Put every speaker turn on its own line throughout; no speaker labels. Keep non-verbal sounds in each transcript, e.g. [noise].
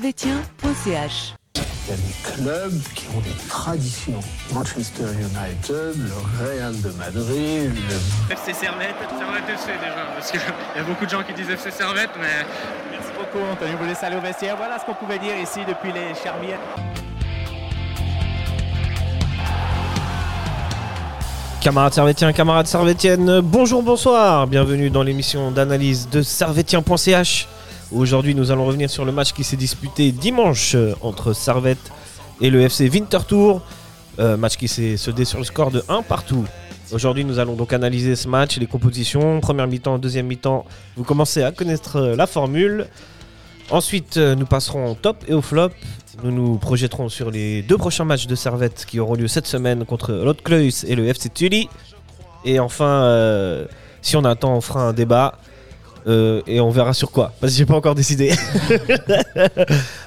servetien.ch
Il y a des clubs qui ont des traditions. Manchester United, le Real de Madrid, le-
FC Servette. Servette FC déjà, parce qu'il y a beaucoup de gens qui disent FC Servette, mais... Merci beaucoup Anthony, vous laissez aller au vestiaire. Voilà ce qu'on pouvait dire ici depuis les Charmières.
Camarades servétiens, camarades servétiennes, bonjour, bonsoir, bienvenue dans l'émission d'analyse de servétien.ch. Aujourd'hui, nous allons revenir sur le match qui s'est disputé dimanche euh, entre Servette et le FC Winterthur, Euh, match qui s'est soldé sur le score de 1 partout. Aujourd'hui, nous allons donc analyser ce match, les compositions, première mi-temps, deuxième mi-temps. Vous commencez à connaître euh, la formule. Ensuite, euh, nous passerons au top et au flop. Nous nous projetterons sur les deux prochains matchs de Servette qui auront lieu cette semaine contre Lotkleus et le FC Tully. Et enfin, euh, si on a un temps, on fera un débat. euh, et on verra sur quoi. Parce que j'ai pas encore décidé.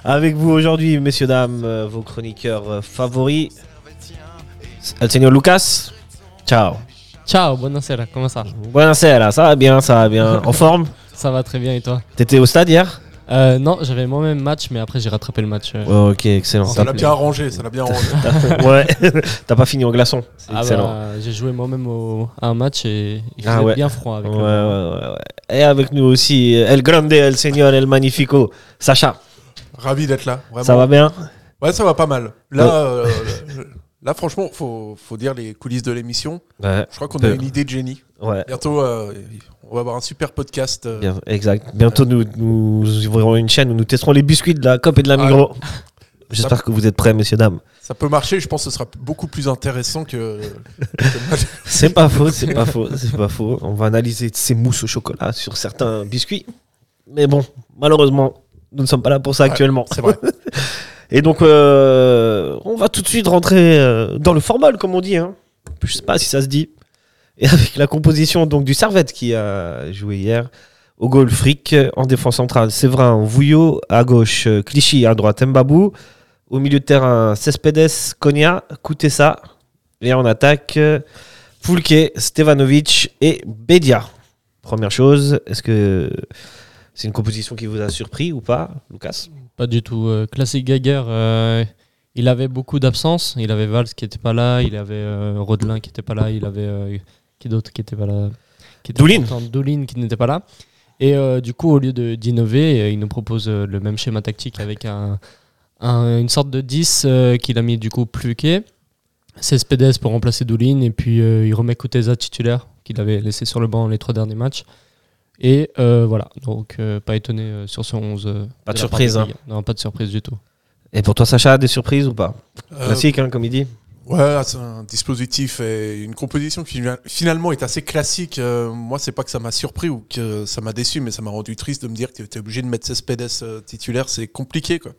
Avec vous aujourd'hui, messieurs, dames, euh, vos chroniqueurs euh, favoris. El señor Lucas. Ciao.
Ciao, buonasera, comment ça
Buonasera, ça va bien, ça va bien. En forme
Ça va très bien et toi
T'étais au stade hier
euh, Non, j'avais moi-même match, mais après j'ai rattrapé le match. euh.
Ok, excellent.
Ça l'a bien arrangé, ça l'a
[laughs]
bien arrangé.
ouais, [laughs] t'as pas fini en glaçon. C'est
Ah
excellent.
bah, j'ai joué moi-même au- à un match et il
Ah
faisait
ouais.
bien froid avec
Ouais,
le-
ouais, ouais, ouais. Et avec nous aussi, euh, El Grande, El Señor, El Magnifico. Sacha,
Ravi d'être là. Vraiment.
ça va bien
Ouais, ça va pas mal. Là,
Ouais.
euh, je- là franchement, faut, faut dire les coulisses de l'émission.
Ouais,
Je crois qu'on a
Peu.
une idée de génie.
ouais.
Bientôt, euh, on va avoir un super podcast. euh,
Bien, exact. Bientôt, nous, nous ouvrirons une chaîne où nous testerons les biscuits de la COP et de la
Ah.
Migros. J'espère que vous êtes prêts, messieurs, dames.
Ça peut marcher, je pense que ce sera beaucoup plus intéressant que. que le match.
C'est pas faux, c'est pas faux, c'est pas faux. On va analyser ces mousses au chocolat sur certains biscuits. Mais bon, malheureusement, nous ne sommes pas là pour ça actuellement. [laughs]
C'est vrai.
Et donc, euh, on va tout de suite rentrer euh, dans le formal, comme on dit. Hein. Je sais pas si ça se dit. Et [laughs] avec la composition donc du Servette qui a joué hier. Au goal, Frick. En défense centrale, Séverin, Vouillot. À gauche, euh, Clichy. À droite, Mbabou. Au milieu de terrain, Cespedes, Konya, Koutessa. Et en attaque, euh, Foulke, Stevanovic et Bedia. Première chose, est-ce que c'est une composition qui vous a surpris ou pas, Lucas
Pas du tout. euh, classique Geiger, euh, il avait beaucoup d'absences. Il avait Valls qui était pas là, il avait euh, Rodelin qui était pas là, il avait euh, qui d'autre qui était pas là qui était
Doulin.
pourtant Doulin qui n'était pas là. Et euh, du coup, au lieu de- d'innover, euh, il nous propose euh, le même schéma tactique avec un, un- une sorte de 10 euh, qu'il a mis du coup Pluquet. Cespedes pour remplacer Doulin et puis euh, il remet Kuteza titulaire qu'il avait laissé sur le banc les trois derniers matchs. Et euh, voilà, donc euh, pas étonné euh, sur ce 11. euh,
Pas de
la part
surprise,
des
hein.
Ligue. Non, pas de surprise du tout.
Et pour toi, Sacha, des surprises ou pas
Euh,
Classique, hein, comme il dit.
ouais, c'est un dispositif et une composition qui finalement est assez classique. Euh, moi, c'est pas que ça m'a surpris ou que ça m'a déçu, mais ça m'a rendu triste de me dire que tu obligé de mettre Cespedes euh, titulaire. C'est compliqué, quoi.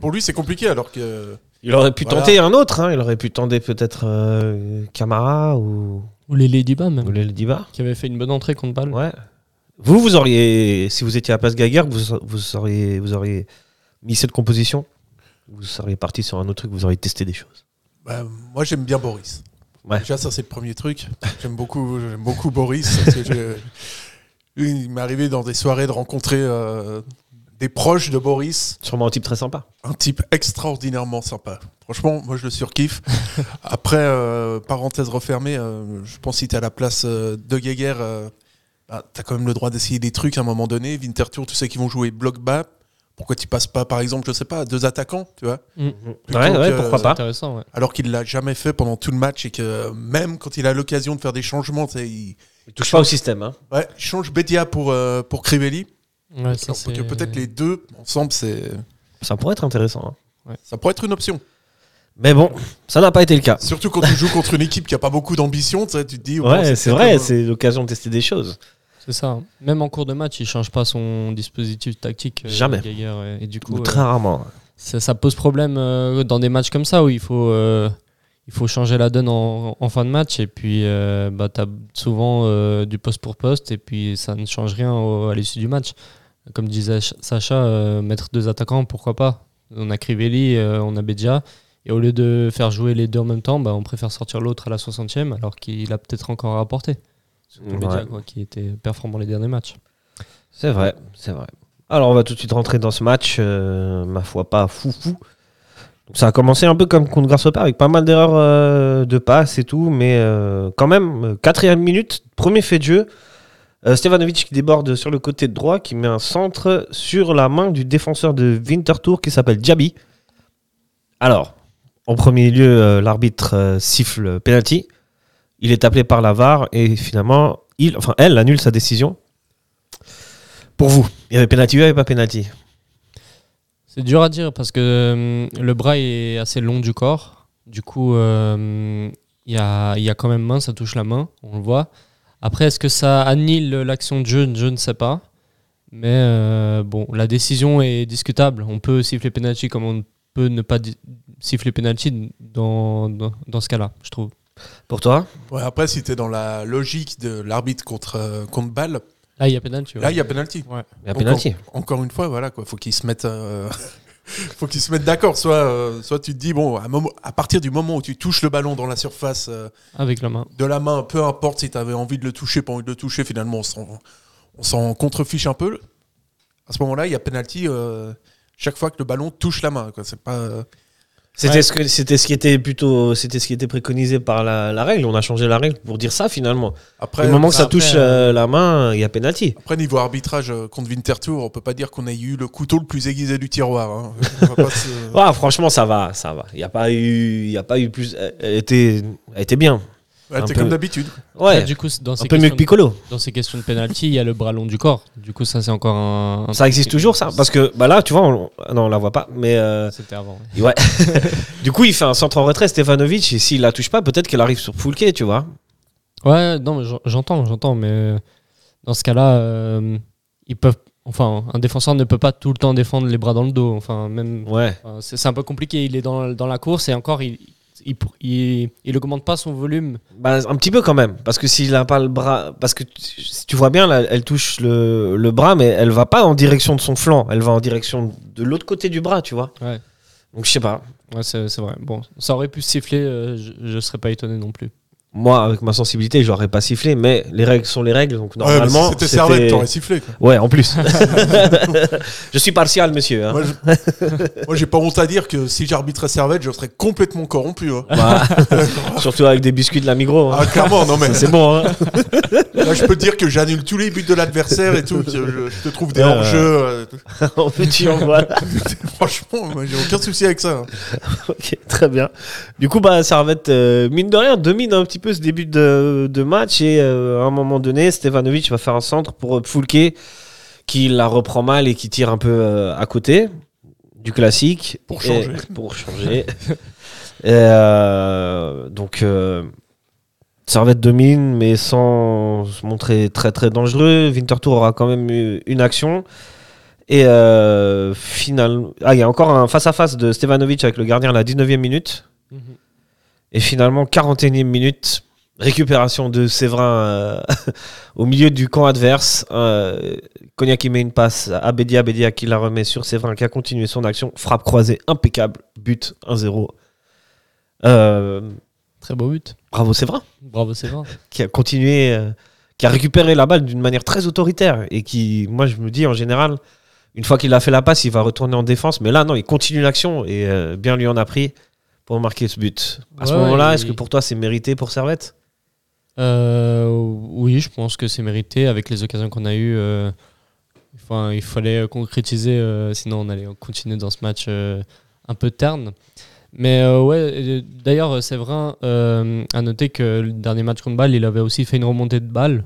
Pour lui, c'est compliqué, alors que.
Mm-hmm. Il aurait pu
Voilà.
tenter un autre. hein. Il aurait pu tenter peut-être euh, Camara ou,
Ou les Lady Bam, même,
ou Lel Diva.
qui avait fait une bonne entrée contre Bâle.
Ouais. Vous, vous auriez, si vous étiez à la place Gaguerre, vous, vous, auriez, vous auriez mis cette composition Vous seriez parti sur un autre truc, vous auriez testé des choses
Bah, moi, j'aime bien Boris.
Ouais.
Déjà, ça, c'est le premier truc. J'aime beaucoup, j'aime beaucoup Boris. parce que je- Il m'est arrivé dans des soirées de rencontrer euh, des proches de Boris.
Sûrement un type très sympa.
Un type extraordinairement sympa. Franchement, moi, je le surkiffe. Après, euh, parenthèse refermée, euh, je pense que si tu à la place euh, de Geiger, euh, bah, tu as quand même le droit d'essayer des trucs à un moment donné. Winterthur, tu sais qu'ils vont jouer bloc bas. Pourquoi tu passes pas, par exemple, je sais pas, à deux attaquants, tu vois Plutôt
ouais, ouais,
que-
pourquoi
C'est
pas
intéressant, ouais.
alors qu'il l'a jamais fait pendant tout le match et que même quand il a l'occasion de faire des changements, tu sais, il,
Il touche pas au système. Hein.
ouais, il change Bedia pour, euh, pour Crivelli.
Ouais, ça,
Donc,
c'est-
que peut-être les deux ensemble, c'est
Ça pourrait être intéressant. hein.
ça pourrait être une option.
Mais bon, ça n'a pas été le cas.
Surtout quand tu joues contre une équipe qui a pas beaucoup d'ambition, tu sais, tu te dis bon,
Ouais, c'est vrai,
peut-être, euh,
c'est l'occasion de tester des choses.
C'est ça. hein. Même en cours de match, il change pas son dispositif tactique. euh,
Jamais.
Geiger, ouais. et, du coup,
Ou
euh,
très rarement.
ça, ça pose problème euh, dans des matchs comme ça où il faut, euh, il faut changer la donne en, en fin de match. Et puis, euh, bah, tu as souvent euh, du poste pour poste. Et puis, ça ne change rien au- à l'issue du match. Comme disait Ch- Sacha, euh, mettre deux attaquants, pourquoi pas On a Crivelli, euh, on a Bedia. Et au lieu de faire jouer les deux en même temps, bah, on préfère sortir l'autre à la 60e alors qu'il a peut-être encore à apporter. Surtout
Ouais.
Bedia, quoi, qui était performant les derniers matchs.
C'est vrai, c'est vrai. Alors on va tout de suite rentrer dans ce match, euh, ma foi pas foufou. Donc, ça a commencé un peu comme contre Grasshopper avec pas mal d'erreurs euh, de passes et tout, mais euh, quand même, euh, quatrième minute, premier fait de jeu, euh, Stevanovic qui déborde sur le côté droit, qui met un centre sur la main du défenseur de Winterthur qui s'appelle Diaby. Alors, en premier lieu, euh, l'arbitre euh, siffle penalty. Il est appelé par la VAR et finalement, il, enfin, elle annule sa décision. Pour vous, il y avait penalty, il n'y avait pas penalty.
C'est dur à dire parce que euh, le bras est assez long du corps. Du coup, euh, il y, a, il y a quand même main, ça touche la main, on le voit. Après, est-ce que ça annule l'action de jeu Je ne sais pas. Mais euh, bon, la décision est discutable. On peut siffler penalty comme on peut ne pas di- siffler penalty dans, dans, dans ce cas-là, je trouve.
Pour toi
Ouais, après, si t'es dans la logique de l'arbitre contre, euh, contre balle,
Là, il y a penalty. ouais.
là, il y a penalty.
Il y a
Encore.
penalty.
Encore une fois, voilà, quoi, faut qu'ils se mettent. euh, [laughs] Faut qu'ils se mettent d'accord. Soit, euh, soit tu te dis, bon, à, un moment- à partir du moment où tu touches le ballon dans la surface euh,
Avec la main.
de la main, peu importe si tu avais envie de le toucher, pas envie de le toucher, finalement, on s'en- on s'en contrefiche un peu. À ce moment-là, il y a penalty euh, chaque fois que le ballon touche la main. quoi. C'est pas. euh,
C'était
Ouais.
ce que c'était ce qui était plutôt c'était ce qui était préconisé par la, la règle. On a changé la règle pour dire ça finalement.
Après,
du moment que ça
après,
touche
euh,
euh, la main, il y a penalty.
après, niveau arbitrage euh, contre Winterthur, on peut pas dire qu'on ait eu le couteau le plus aiguisé du tiroir. hein. On va
[laughs]
pas se-
Ouais, Ah, franchement, ça va, ça va. Il y a pas eu, il y a pas eu plus. Elle elle était, elle était bien.
Ouais,
Un
t'es
peu.
comme d'habitude.
Ouais,
Là, du coup, c'est- dans
un
ces,
peu mieux que
questions,
Piccolo.
de- dans ces questions de penalty, il y a le bras long du corps. Du coup, ça, c'est encore un. un
Ça
truc
existe
qui-
toujours ça, parce que bah là, tu vois, on, non, on la voit pas, mais euh,
C'était avant. ouais.
ouais. du coup, il fait un centre en retrait, Stefanovic, et s'il la touche pas, peut-être qu'elle arrive sur Foulquet, tu vois.
Ouais, non, mais j'en- j'entends, j'entends, mais euh, dans ce cas-là, euh, ils peuvent. Enfin, un défenseur ne peut pas tout le temps défendre les bras dans le dos. Enfin, même.
Ouais.
enfin, c'est c'est un peu compliqué. Il est dans, dans la course et encore, il, il, il, il augmente pas son volume.
Bah, un petit peu quand même, parce que s'il a pas le bras, parce que tu, si tu vois bien, là, elle touche le, le bras, mais elle va pas en direction de son flanc, elle va en direction de l'autre côté du bras, tu vois.
Ouais.
Donc je sais pas.
Ouais, c'est c'est vrai. Bon, ça aurait pu siffler, euh, je, je serais pas étonné non plus.
Moi, avec ma sensibilité, je l'aurais pas sifflé, mais les règles sont les règles, donc
Ouais, mais
normalement.
si c'était Servette, t'aurais sifflé. quoi.
Ouais, en
[laughs]
plus. je suis partial, monsieur. hein.
Moi, je- Moi, j'ai pas honte à dire que si j'arbitrais Servette, je serais complètement corrompu. hein.
Bah, [laughs] surtout avec des biscuits de la Migros. hein.
Ah, clairement, non,
[laughs]
mais
C'est bon. hein.
là, je peux te dire que j'annule tous les buts de l'adversaire et tout. que Je, je te trouve des
Ouais,
hors-jeux. euh,
en petit, on voit.
[laughs] Franchement, moi, j'ai aucun souci avec ça. hein.
[laughs] Ok, très bien. Du coup, bah, Servette, euh, mine de rien, domine un petit peu ce début de, de match. Et euh, à un moment donné, Stevanovic va faire un centre pour euh, Foulke, qui la reprend mal et qui tire un peu euh, à côté du classique.
Pour
Et-
changer.
pour changer. [laughs] Et, euh, donc, euh, Servette domine, mais sans se montrer très très dangereux. Winterthur aura quand même eu une action. Et euh, finalement, ah, il y a encore un face-à-face de Stevanovic avec le gardien à la 19e minute. Et finalement, 41e minute, récupération de Séverin euh, [laughs] au milieu du camp adverse. Euh, Cognac qui met une passe à Bedia, Bedia qui la remet sur Séverin qui a continué son action. Frappe croisée impeccable, but 1-0. Euh,
Très beau but.
bravo Séverin
Bravo, c'est vrai.
qui a continué, euh, qui a récupéré la balle d'une manière très autoritaire et qui, moi, je me dis en général, une fois qu'il a fait la passe, il va retourner en défense, mais là, non, il continue l'action et euh, bien lui en a pris pour marquer ce but. À ce
Ouais,
moment-là,
il-
est-ce que pour toi, c'est mérité pour Servette
Euh, oui, je pense que c'est mérité avec les occasions qu'on a eues. euh, enfin, il fallait concrétiser, euh, sinon on allait continuer dans ce match euh, un peu terne. Mais euh, ouais, euh, d'ailleurs, euh, Séverin euh, a noté que le dernier match contre balle, il avait aussi fait une remontée de balle.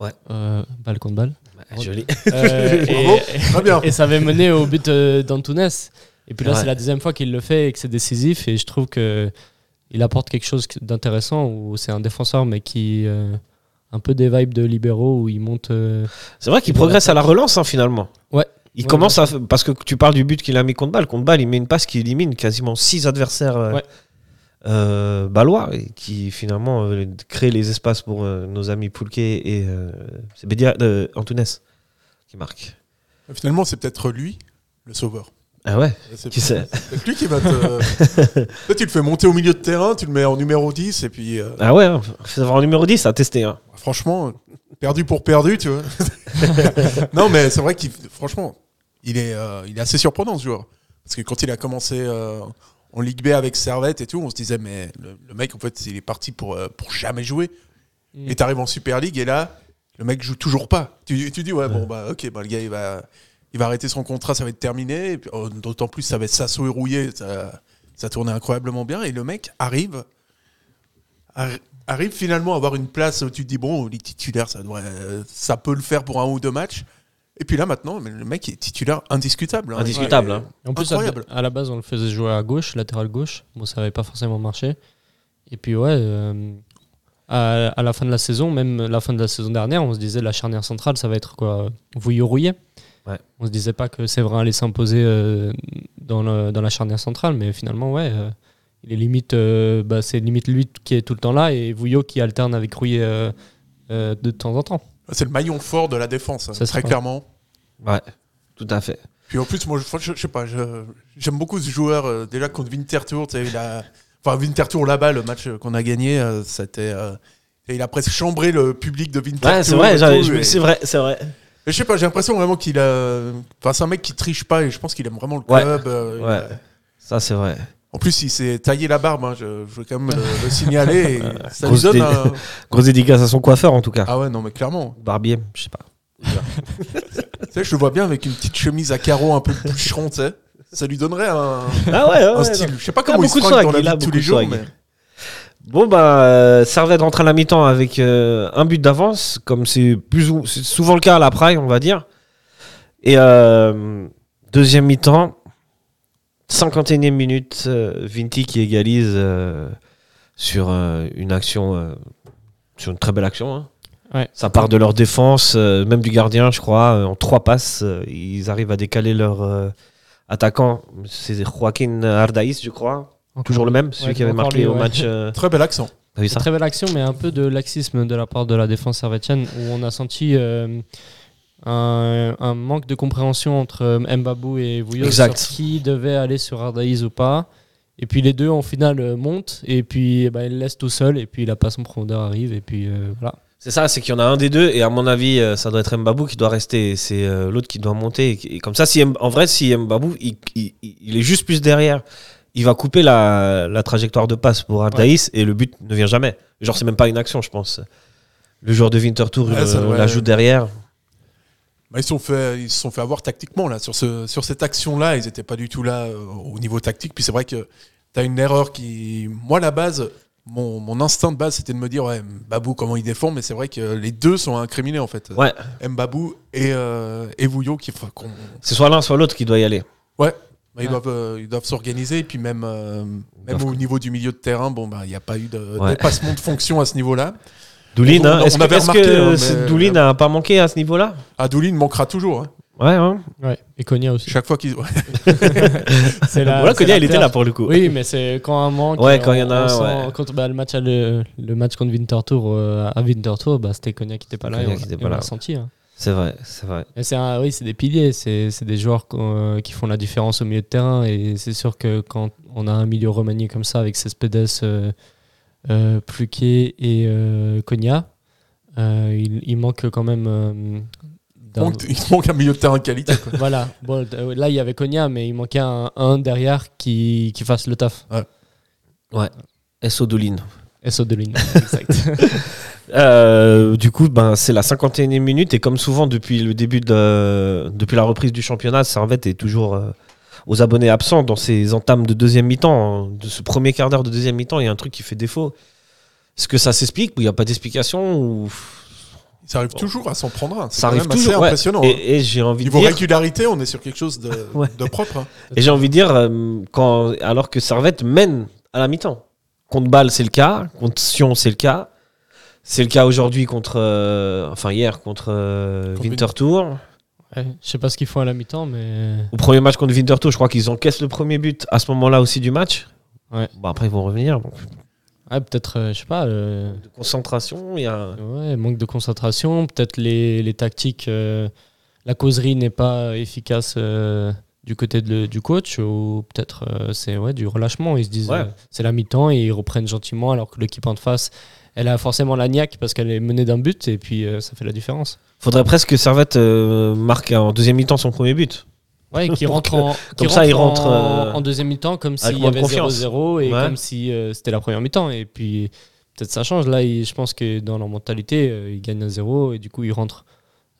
Ouais.
Euh, balle contre balle. Ouais.
Joli.
Euh,
[laughs] Bravo.
et-
Très bien.
et ça avait mené au but euh, d'Antunes. Et puis là,
Ouais.
c'est la deuxième fois qu'il le fait et que c'est décisif. Et je trouve que il apporte quelque chose d'intéressant où c'est un défenseur, mais qui euh, un peu des vibes de libéraux où il monte. euh,
C'est vrai qu'il progresse à la relance, hein, finalement.
Ouais.
Il
Ouais,
commence à. Parce que tu parles du but qu'il a mis contre balle. Contre balle, il met une passe qui élimine quasiment six adversaires euh,
Ouais.
euh, ballois et qui finalement euh, crée les espaces pour euh, nos amis Poulquet et. euh, c'est Bédia. euh, Antunes qui marque.
Bah, Finalement, c'est peut-être lui, le sauveur.
Ah ouais
C'est
Qui c'est
peut-être lui qui va te. Toi, tu le fais monter au milieu de terrain, tu le mets en numéro 10, et puis euh, bah,
Ah ouais, hein. c'est vraiment numéro 10 à tester. hein.
[laughs] franchement, perdu pour perdu, tu vois. non, mais c'est vrai qu'il. Franchement, Il est, euh, il est assez surprenant ce joueur. Parce que quand il a commencé euh, en Ligue B avec Servette et tout, on se disait, mais le, le mec, en fait, il est parti pour, euh, pour jamais jouer.
Mm.
Et t'arrives en Super League et là, le mec joue toujours pas. Tu, tu dis, ouais, bon, bah, ok, bah, le gars, il va, il va arrêter son contrat, ça va être terminé. Et puis, oh, D'autant plus, ça va être Sasso et Rouillé. Ça, ça tournait incroyablement bien. Et le mec arrive, arri- arrive finalement à avoir une place où tu te dis, bon, les titulaires, ça, devrait, ça peut le faire pour un ou deux matchs. Et puis là, maintenant, mais le mec est titulaire indiscutable. hein.
Indiscutable,
Il est-
hein.
En plus,
Incroyable.
à, à la base, on le faisait jouer à gauche, latéral gauche. Bon, ça n'avait pas forcément marché. Et puis, ouais, euh, à, à la fin de la saison, même la fin de la saison dernière, on se disait la charnière centrale, ça va être quoi Vouillot-Rouillet.
Ouais.
On se disait pas que Séverin allait s'imposer euh, dans, le- dans la charnière centrale, mais finalement, ouais, euh, il est limite, euh, bah, c'est limite lui qui est tout le temps là et Vouillot qui alterne avec Rouillet euh, euh, de temps en temps.
C'est le maillon fort de la défense, hein,
Ça, c'est
très
vrai.
clairement.
Ouais, tout à fait.
Puis en plus, moi, je, je, je sais pas, je- j'aime beaucoup ce joueur. euh, déjà contre Winterthur, tu sais, il a. Enfin, Winterthur là-bas, le match euh, qu'on a gagné, euh, c'était. euh, et il a presque chambré le public de Winterthur.
Ouais, c'est vrai,
et
j'avais-
tout,
je-
et-
c'est vrai, c'est vrai.
et Je sais pas, j'ai l'impression vraiment qu'il a. Enfin, c'est un mec qui triche pas et je pense qu'il aime vraiment le
Ouais.
club. euh, il a-
Ouais. Ça, c'est vrai.
En plus, il s'est taillé la barbe, hein, je, je veux quand même le, le
[laughs]
signaler. et ça lui
Grosse
donne
dé-
un-
Grosse dédicace à son coiffeur, en tout cas.
Ah ouais, non, mais clairement.
Barbier, je sais pas.
Tu sais, je le vois bien avec une petite chemise à carreaux un peu boucheron, tu sais. Ça lui donnerait un,
Ah ouais, ouais,
Oh,
un
ouais,
style.
non.
Je sais pas
Il a
comment il se
beaucoup de
fringue dans
swag,
la
il a
vie de tous
beaucoup
les
de
jours,
swag.
mais.
Bon, bah, euh, Servette rentre à la mi-temps avec euh, un but d'avance, comme c'est plus ou- c'est souvent le cas à la Praille, on va dire. Et euh, deuxième mi-temps, 51e minute, euh, Vinti qui égalise euh, sur euh, une action, euh, sur une très belle action. hein.
Ouais.
Ça part de leur défense, euh, même du gardien, je crois. euh, en trois passes, euh, ils arrivent à décaler leur euh, attaquant. C'est Joaquin Ardaïs, je crois. Toujours le même, celui
Ouais,
qui avait
encore
marqué
lui,
au
ouais.
match. euh,
Très bel accent.
T'as vu
C'est
ça
Très belle action, mais un peu de laxisme de la part de la défense servétienne, où on a senti euh, un, un manque de compréhension entre euh, Mbabou et Vouillot sur
Exact.
qui devait aller sur Ardaïs ou pas. Et puis les deux, en finale, euh, montent, et puis eh ben, ils le laissent tout seul, et puis la passe en profondeur arrive, et puis euh, voilà.
C'est ça, c'est qu'il y en a un des deux, et à mon avis, euh, ça doit être Mbabou qui doit rester, et c'est euh, l'autre qui doit monter. Et, qui- et comme ça, si M- en vrai, si Mbabou, il, il- il- il est juste plus derrière, il va couper la, la trajectoire de passe pour Ardaïs, et le but ne vient jamais. Genre, c'est même pas une action, je pense. Le joueur de Winterthur
Ouais,
euh,
ça doit-
la joue derrière.
Bah, ils, se sont fait, ils se sont fait avoir tactiquement là, sur, ce, sur cette action-là. Ils n'étaient pas du tout là euh, au niveau tactique. Puis c'est vrai que tu as une erreur qui. Moi, à la base, mon, mon instinct de base, c'était de me dire ouais, Babou, comment il défend. Mais c'est vrai que les deux sont incriminés en fait.
Ouais,
Mbabou et, euh, et Vouillot qui. enfin, qu'on-
c'est soit l'un, soit l'autre qui doit y aller.
bah, ils, doivent, euh, ils doivent s'organiser. Et puis même, euh, même
doivent-
au niveau du milieu de terrain, bon, bah, il n'y a pas eu de
Ouais.
dépassement de fonction à ce niveau-là.
Doulin,
On- on-
hein, est-ce
on
que,
avait
est-ce
remarqué,
que
hein,
c'est-
mais-
Doulin n'a pas manqué à ce niveau-là
Adoulin manquera toujours. hein.
Ouais, hein.
Et Konya aussi.
Chaque fois qu'ils.
[laughs] C'est la-
Voilà,
c'est
Konya,
la
il était
perf.
là pour le coup.
Oui, mais c'est quand un manque.
Ouais,
euh,
quand il y
on-
en a
on
un,
sent-
ouais.
Quand bah, le, match à le, le match contre Winterthur euh, à Winterthur, bah, c'était Konya qui n'était pas là. et
Konya
on
qui
l'a-
était
et
pas
on
là.
l'a senti. hein.
C'est vrai, c'est vrai.
Et c'est un- oui, c'est des piliers, c'est c'est des joueurs qu'on- euh, qui font la différence au milieu de terrain. Et c'est sûr que quand on a un milieu remanié comme ça, avec Cespedes, euh, euh, Pluquet et euh, Cogna, euh, il, il manque quand même. euh,
Il
d'un-
manque, il manque un milieu de terrain de qualité. quoi.
[laughs] voilà, Bon, euh, là il y avait Cogna, mais il manquait un, un derrière qui, qui fasse le taf.
SO Doulin.
SO de ligne. exact.
Euh, du coup, ben, c'est la 51e minute et comme souvent depuis le début de, depuis la reprise du championnat, Servette est toujours euh, aux abonnés absents dans ces entames de deuxième mi-temps, hein. de ce premier quart d'heure de deuxième mi-temps, il y a un truc qui fait défaut. Est-ce que ça s'explique ou il n'y a pas d'explication ou...
Ça arrive toujours à s'en prendre un. C'est
Ça
quand
arrive
même assez
toujours. ouais.
impressionnant. hein.
Et, et j'ai envie de
Niveau
dire,
régularité, on est sur quelque chose de,
[laughs] Ouais.
de propre. hein.
et j'ai envie de dire, euh, quand, alors que Servette mène à la mi-temps. Contre Bâle, c'est le cas. Contre Sion, c'est le cas. C'est le cas aujourd'hui contre, euh, enfin hier contre, euh,
Contre
Winterthur.
Ouais, je sais pas ce qu'ils font à la mi-temps, mais.
Au premier match contre Winterthur, je crois qu'ils encaissent le premier but à ce moment-là aussi du match.
Ouais.
Bon, après, ils vont revenir. Donc,
Ouais, peut-être, euh, je sais pas. euh,
de concentration, il y a.
Ouais, manque de concentration, peut-être les, les tactiques, euh, la causerie n'est pas efficace euh, du côté de- du coach, ou peut-être euh, c'est ouais, du relâchement. Ils se disent
Ouais.
euh, c'est la mi-temps et ils reprennent gentiment alors que l'équipe en face, elle a forcément la niaque parce qu'elle est menée d'un but et puis euh, ça fait la différence.
Faudrait presque que Servette euh, marque en deuxième mi-temps son premier but.
Ouais, qui rentre en,
Comme
qui
ça, il rentre,
en,
euh,
en deuxième mi-temps comme
avec
s'il y
moins de
avait
confiance.
0-0 et
Ouais.
comme si euh, c'était la première mi-temps. Et puis peut-être ça change. Là, il- je pense que dans leur mentalité, euh, ils gagnent à 0 et du coup, ils rentrent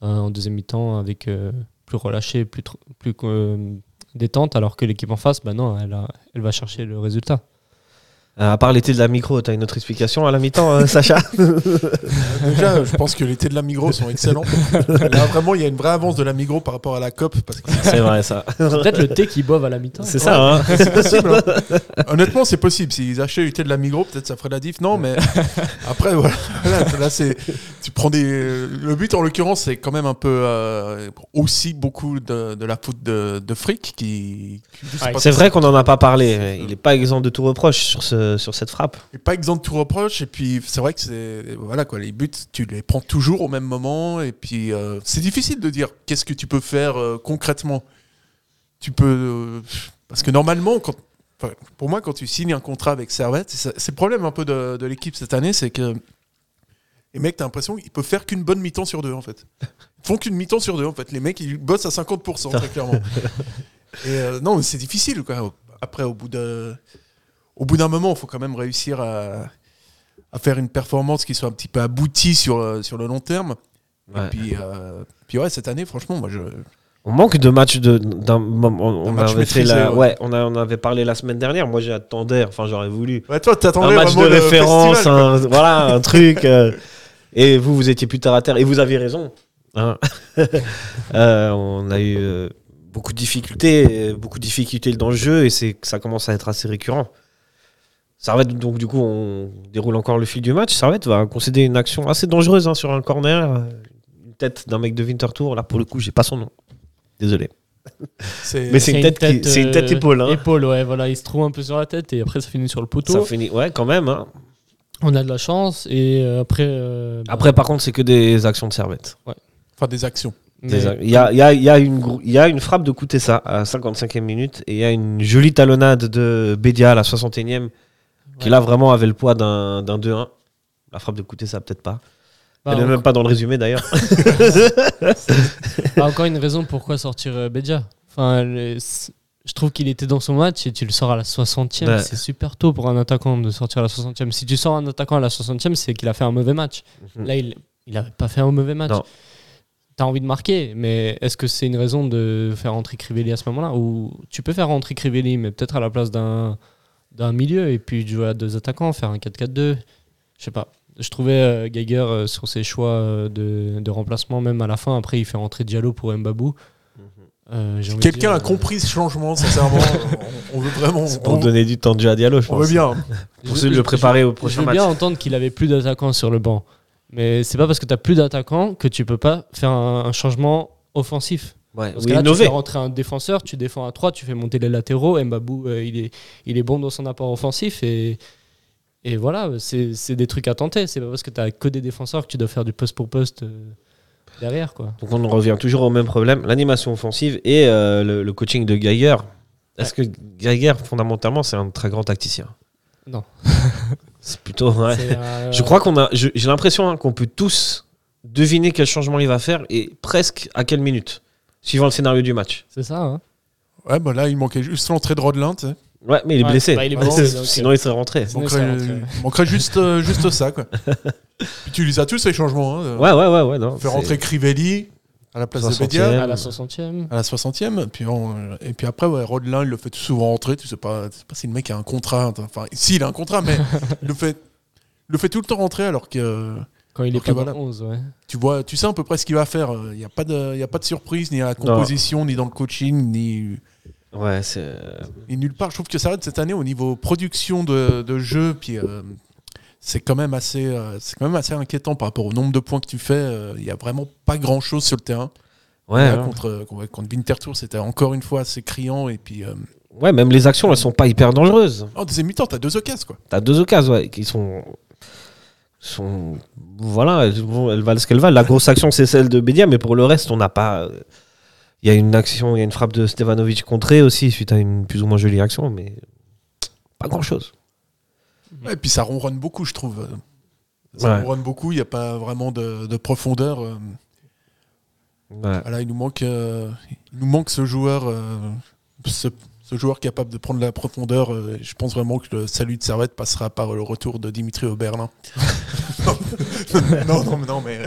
euh, en deuxième mi-temps avec euh, plus relâché, plus, tr- plus euh, détente, alors que l'équipe en face, bah non, elle, a- elle va chercher
[laughs]
le résultat.
Euh, À part l'été de la micro, t'as une autre explication à la mi-temps, [laughs] hein, Sacha
Déjà, je pense que l'été de la Migros
[laughs]
sont excellents. Là, vraiment, il y a une vraie avance de la Migros par rapport à la COP. Parce que,
C'est vrai, ça.
Peut-être le thé qui bove à la mi-temps.
C'est ça, hein
hein. honnêtement, c'est possible. S'ils achetaient l'été de la Migros, peut-être ça ferait la diff. Non,
[laughs]
mais après, voilà. Là, là, c'est, tu prends des. Le but, en l'occurrence, c'est quand même un peu euh, aussi beaucoup de, de la faute de, de fric qui. qui- je sais
Ouais,
[laughs]
pas
C'est
si-
vrai qu'on n'en a pas parlé. Il n'est pas exempt de tout reproche sur, ce, sur cette frappe.
Et pas exempt de tout reproche. Et puis, c'est vrai que c'est. Voilà, quoi. Les buts, tu les prends toujours au même moment. Et puis, euh, c'est difficile de dire qu'est-ce que tu peux faire euh, concrètement. Tu peux. euh, parce que normalement, quand. enfin, Pour moi, quand tu signes un contrat avec Servette, c'est c'est le problème un peu de, de l'équipe cette année, c'est que les mecs, t'as l'impression qu'ils peuvent faire qu'une bonne mi-temps sur deux, en fait. Ils font qu'une mi-temps sur deux, en fait. Les mecs, ils bossent à 50%, très clairement. Et euh, non, c'est difficile, quoi. Après, au bout de au bout d'un moment, il faut quand même réussir à, à faire une performance qui soit un petit peu aboutie sur, euh, sur le long terme.
Ouais.
Et puis, euh, puis ouais, cette année, franchement, moi, je,
On manque de matchs de d'un moment. On, on
match
avait fait
maîtrisé,
la,
ouais.
ouais, on, a- on avait parlé la semaine dernière. Moi, j'attendais. Enfin, j'aurais voulu
ouais, toi, t'attendais
un match de
vraiment le
référence,
festival, quoi.
un, voilà, un truc. [laughs] euh, et vous, vous étiez plus tard à terre. Et vous aviez raison. hein. [laughs] Euh, on a eu euh, beaucoup de difficultés, euh, beaucoup de difficultés dans le jeu, et c'est que ça commence à être assez récurrent. Servette, donc du coup, on déroule encore le fil du match. Servette va concéder une action assez dangereuse hein, sur un corner, euh, une tête d'un mec de Winterthur. Là, pour le coup, j'ai pas son nom. Désolé.
C'est-
Mais c'est une tête, qui- c'est une tête
euh,
épaule. hein.
Épaule, ouais, voilà, il se trouve un peu sur la tête et après ça finit sur le
Ça
poteau.
finit, ouais, quand même. hein.
On a de la chance et euh, après. euh, bah,
Après, par contre, c'est que des actions de Servette.
Enfin, des actions.
mais-
Des- Il y a, il y a- il y a une grou- il y a une frappe de Koutessa à la 55e minute et il y a une jolie talonnade de Bédia à la 61e qui
Ouais.
là vraiment avait le poids d'un d'un 2-1. La frappe de Koutessa, peut-être pas.
bah,
Elle n'est
en-
même pas dans le résumé
[laughs]
d'ailleurs.
Bah, encore une raison pourquoi sortir euh, Bedia. Enfin, le- c- je trouve qu'il était dans son match et tu le sors à la 60e.
Ouais.
C'est super tôt pour un attaquant de sortir à la 60e. Si tu sors un attaquant à la 60e, c'est qu'il a fait un mauvais match.
Mhm.
Là, il n'avait pas fait un mauvais match.
Non.
Tu as envie de marquer, mais est-ce que c'est une raison de faire rentrer Crivelli à ce moment-là Ou tu peux faire rentrer Crivelli, mais peut-être à la place d'un d'un milieu et puis de jouer à deux attaquants, faire un 4-4-2. Je sais pas. Je trouvais euh, Geiger euh, sur ses choix euh, de, de remplacement, même à la fin. Après, il fait rentrer Diallo pour
Mhm.
Mbabou. Euh, j'ai envie de
Quelqu'un
dire,
a compris ce changement, sincèrement. on, on veut vraiment.
Pour
on,
donner du temps de jeu à Diallo, je
on veut
pense.
bien.
euh,
Pour
je-
se
je-
le préparer au
je- Je
prochain
veux
match.
bien entendre qu'il avait plus d'attaquants sur le banc. Mais c'est pas parce que tu plus d'attaquants que tu peux pas faire un, un changement offensif.
Ouais,
Parce
ou
que là, tu
innover.
fais rentrer un défenseur, tu défends à 3, tu fais monter les latéraux. Mbabou, euh, il, est, il est bon dans son apport offensif. Et, et voilà, c'est c'est des trucs à tenter. C'est pas parce que tu que des défenseurs que tu dois faire du poste pour poste euh, derrière. quoi.
Donc on en revient toujours au même problème, l'animation offensive et euh, le, le coaching de Geiger. Est-ce que Geiger, fondamentalement, c'est un très grand tacticien
Non.
c'est plutôt... ouais.
C'est,
[laughs]
euh,
Je crois qu'on a... je- J'ai l'impression hein, qu'on peut tous deviner quel changement il va faire et presque à quelle minute, suivant le scénario du match.
C'est ça, hein
Ouais, bah là, il manquait juste l'entrée de Rodelin. tu sais.
Ouais, mais il est
Ouais,
blessé.
bah, il est
Ouais,
blessé,
c'est-
donc,
Sinon, il serait rentré.
Sinon, il
Manquerait,
serait rentré, ouais.
manquerait juste, euh, juste
[laughs]
ça. Quoi. Puis tu les as tous, les changements. hein.
Ouais, ouais, ouais, ouais. Non,
Faire
c'est-
rentrer Crivelli à la place de
60e.
Bédia.
À la 60e.
à la 60e. Puis on- et puis après, ouais, Rodelin, il le fait souvent rentrer. Tu sais pas, tu sais pas si le mec a un contrat. Enfin, si, il a un
[laughs]
contrat, mais il le fait, il le fait tout le temps rentrer alors que euh,
Quand il est
Ok,
pas dans
voilà.
11, ouais.
tu, vois, tu sais à peu près ce qu'il va faire. euh, Il n'y a, pas de- y a pas de surprise, ni à la composition, ni dans le coaching, ni,
Ouais, c'est.
ni nulle part. Je trouve que ça va de cette année au niveau production de, de jeu. Puis. euh, c'est quand, même assez, euh, c'est quand même assez inquiétant par rapport au nombre de points que tu fais. euh, Il y n'y a vraiment pas grand-chose sur le terrain.
Ouais,
Là,
hein.
contre, contre Winterthur, c'était encore une fois assez criant. Et puis, euh,
ouais, même les actions, elles sont pas hyper dangereuses.
En deuxième mi-temps, t'as deux occasions, quoi.
T'as deux occasions ouais, qui sont. sont voilà, elles, vont- elles valent ce qu'elles valent. La grosse action, c'est celle de Bédia, mais pour le reste, on n'a pas. euh, Il y a une action, il y a une frappe de Stevanovic contrée aussi, suite à une plus ou moins jolie action, mais pas grand chose.
Mhm.
Ouais, et puis ça ronronne beaucoup, je trouve. Ça
Ouais.
ronronne beaucoup, il n'y a pas vraiment de, de profondeur. euh, Voilà, il nous manque, euh, Il nous manque ce joueur, euh, ce, ce joueur capable de prendre la profondeur. euh, et je pense vraiment que le salut de Servette passera par le retour de
[laughs]
Dimitri Oberlin. non, non, mais non, mais euh,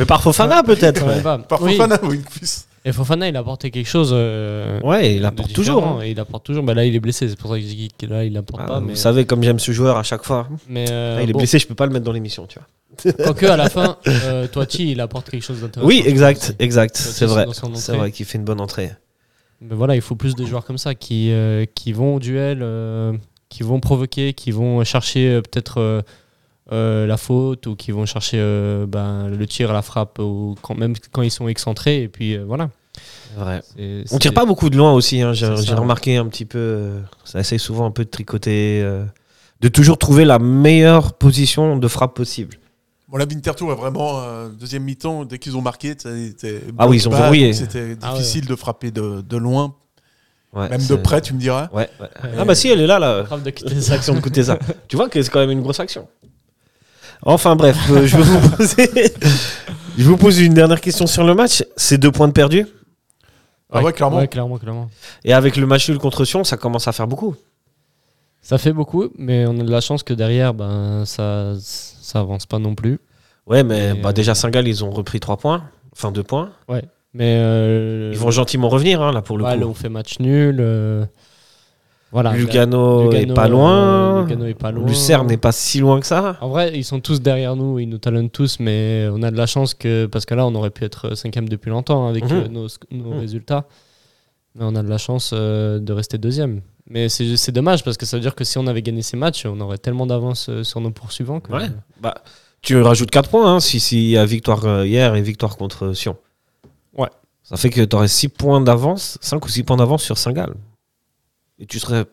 Mais par Fofana peut-être.
Quand même
Ouais,
pas.
par
Oui.
Fofana, oui, plus.
Et Fofana, il a apporté quelque chose. euh,
il
de
apporte
différent,
toujours. hein.
Et il apporte toujours. Bah, là, il est blessé. C'est pour ça que je dis que là, il apporte
Ah,
pas.
vous
Mais,
savez comme j'aime ce joueur à chaque fois.
mais, euh,
Là, il est
bon.
blessé, je peux pas le mettre dans l'émission, tu vois.
Quoique,
[laughs]
à la fin, euh, Toiti, il apporte quelque chose d'intéressant.
Oui, exact, exact,
Quand
c'est
ils sont
vrai.
dans son
C'est
entrée.
vrai qu'il fait une bonne entrée.
Mais voilà, il faut plus de joueurs comme ça qui, euh, qui vont au duel, euh, qui vont provoquer, qui vont chercher euh, peut-être euh, euh, la faute ou qui vont chercher euh, ben, le tir, la frappe, ou quand, même quand ils sont excentrés. Et puis euh, voilà.
C'est vrai.
C'est-
On
c'est-
tire pas beaucoup de loin aussi, hein, j'ai
C'est ça.
j'ai remarqué un petit peu, euh, ça essaye souvent un peu de tricoter, euh, de toujours trouver la meilleure position de frappe possible.
Bon, la Winterthur est vraiment euh, deuxième mi-temps. Dès qu'ils ont marqué, t'sais, t'es
Ah oui, ils ont
bloc bas,
verrouillé.
donc C'était
Ah ouais.
difficile de frapper de, de loin,
Ouais,
même
c'est-
de près, tu me diras.
Ouais, ouais. Ah bah si, elle est là, là.
Grave de quitter
Les
ça.
actions de [laughs] Kuteza. tu vois que c'est quand même une grosse action. Enfin bref, euh, je, vais vous poser... [laughs] je vous pose une dernière question sur le match. Ces deux points de perdu,
Ah ouais, clairement.
Ouais, clairement, clairement.
et avec le match nul contre Sion, ça commence à faire beaucoup.
Ça fait beaucoup, mais on a de la chance que derrière, ben, ça, ça avance pas non plus.
Ouais, mais
Et,
bah,
euh,
déjà Saint-Gall, ils ont repris trois points, enfin deux points.
Mais euh,
Ils vont gentiment revenir, hein, là, pour le
ouais, là,
coup.
on fait match nul. euh, voilà.
Lugano, Oh, est
Lugano,
pas loin.
euh, Lugano est pas loin.
Lucerne n'est pas si loin que ça.
En vrai, ils sont tous derrière nous, ils nous talonnent tous, mais on a de la chance que. Parce que là, on aurait pu être cinquième depuis longtemps avec
Mhm.
euh, nos, sc- nos
Mhm.
résultats. Mais on a de la chance euh, de rester deuxième. Mais c'est c'est dommage parce que ça veut dire que si on avait gagné ces matchs, on aurait tellement d'avance euh, sur nos poursuivants. que-
Ouais. Bah, tu rajoutes 4 points hein, si- s'il y a victoire euh, hier et victoire contre euh, Sion.
Ouais.
Ça fait que tu aurais 6 points d'avance, 5 ou 6 points d'avance sur Saint-Gall. Et tu serais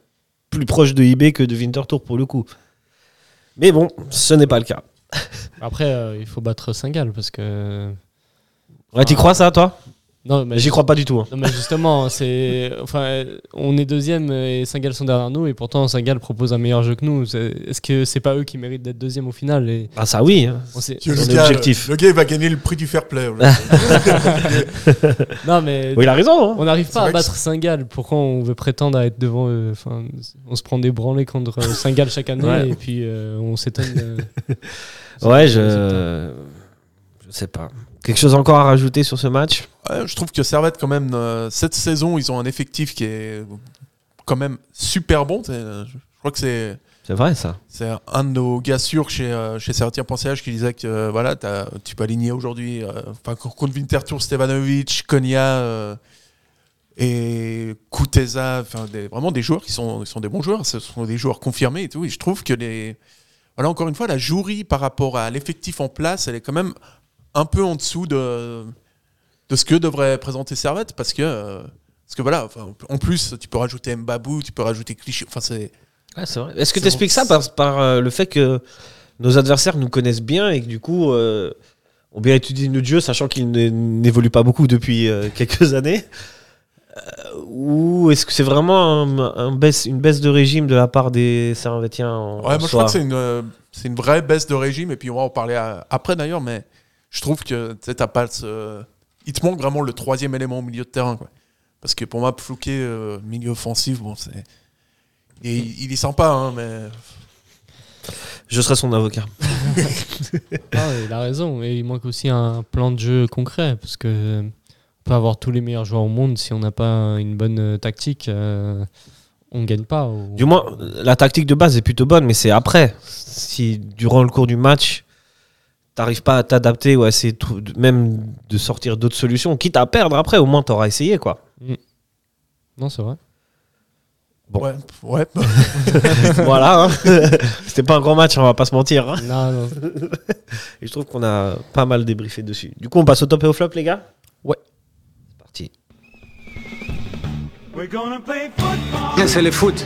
plus proche de IB que de Winterthur pour le coup. Mais bon, ce n'est pas le cas.
Après, euh, il faut battre Saint-Gall parce que.
Ouais, t'y crois ça, toi
Non, mais
Ah. J'y crois pas du tout. hein.
Non, mais justement, c'est. Enfin, on est deuxième et Saint-Gall sont derrière nous, et pourtant Saint-Gall propose un meilleur jeu que nous. C'est- Est-ce que c'est pas eux qui méritent d'être deuxième au final et
Ah, ça oui. hein.
on s'est-
Parce que
Son
le gars,
objectif.
Le gars, il va gagner le prix du fair play.
Non, mais.
Oui, il a raison. hein.
On n'arrive
C'est
pas à
vrai que
battre Saint-Gall. Pourquoi on veut prétendre à être devant eux Enfin, on se prend des branlées contre euh, Saint-Gall chaque année
Ouais.
et puis euh, on s'étonne. euh,
Ouais, je. Je sais pas. Quelque chose encore à rajouter sur ce match
Ouais, je trouve que Servette, quand même, euh, cette saison, ils ont un effectif qui est quand même super bon. C'est, euh, Je crois que c'est
C'est vrai, ça.
c'est un de nos gars sûrs chez, euh, chez Servetien.ch qui disait que euh, voilà, t'as- tu peux aligner aujourd'hui, euh, enfin, contre Winterthur, Stevanovic, Konya euh, et Kuteza, enfin, des- vraiment des joueurs qui sont, qui sont des bons joueurs, ce sont des joueurs confirmés et tout. Et je trouve que les. Voilà, encore une fois, la jury par rapport à l'effectif en place, elle est quand même un peu en dessous de, de ce que devrait présenter Servette parce que. euh, parce que voilà, enfin, en plus, tu peux rajouter Mbabou, tu peux rajouter Clichy. Enfin, c'est.
Ouais, c'est vrai. Est-ce que
C'est
tu expliques
bon.
ça par, par euh, le fait que nos adversaires nous connaissent bien et que du coup, euh, ont bien étudié notre jeu, sachant qu'il n'é- n'évolue pas beaucoup depuis euh, [laughs] quelques années Euh, Ou est-ce que c'est vraiment un- un baisse- une baisse de régime de la part des Servetiens en, en
Ouais, moi je
soi
crois que c'est une, euh, c'est une vraie baisse de régime, et puis on va en parler à- après d'ailleurs, mais je trouve que tu sais, t'as pas ce. Il te manque vraiment le troisième élément au milieu de terrain. Quoi. Parce que pour moi, Flouquet, euh, milieu offensif, bon, c'est. Et il, il est sympa, hein, mais.
Je serai son avocat.
Ah, ouais, il a raison. Et il manque aussi un plan de jeu concret parce que euh, on peut avoir tous les meilleurs joueurs au monde si on n'a pas une bonne euh, tactique. euh, on gagne pas. ou-
Du moins, la tactique de base est plutôt bonne, mais c'est après. Si durant le cours du match, t'arrives pas à t'adapter ou à essayer de trou- de- même de sortir d'autres solutions, quitte à perdre après, au moins t'auras essayé quoi.
Non, c'est vrai.
Bon.
Ouais, ouais. [laughs]
[laughs] voilà. hein. C'était pas un grand match, on va pas se mentir. hein.
Non, non.
Et je trouve qu'on a pas mal débriefé dessus. Du coup, on passe au top et au flop, les gars
Ouais.
C'est parti.
Mais C'est le foot.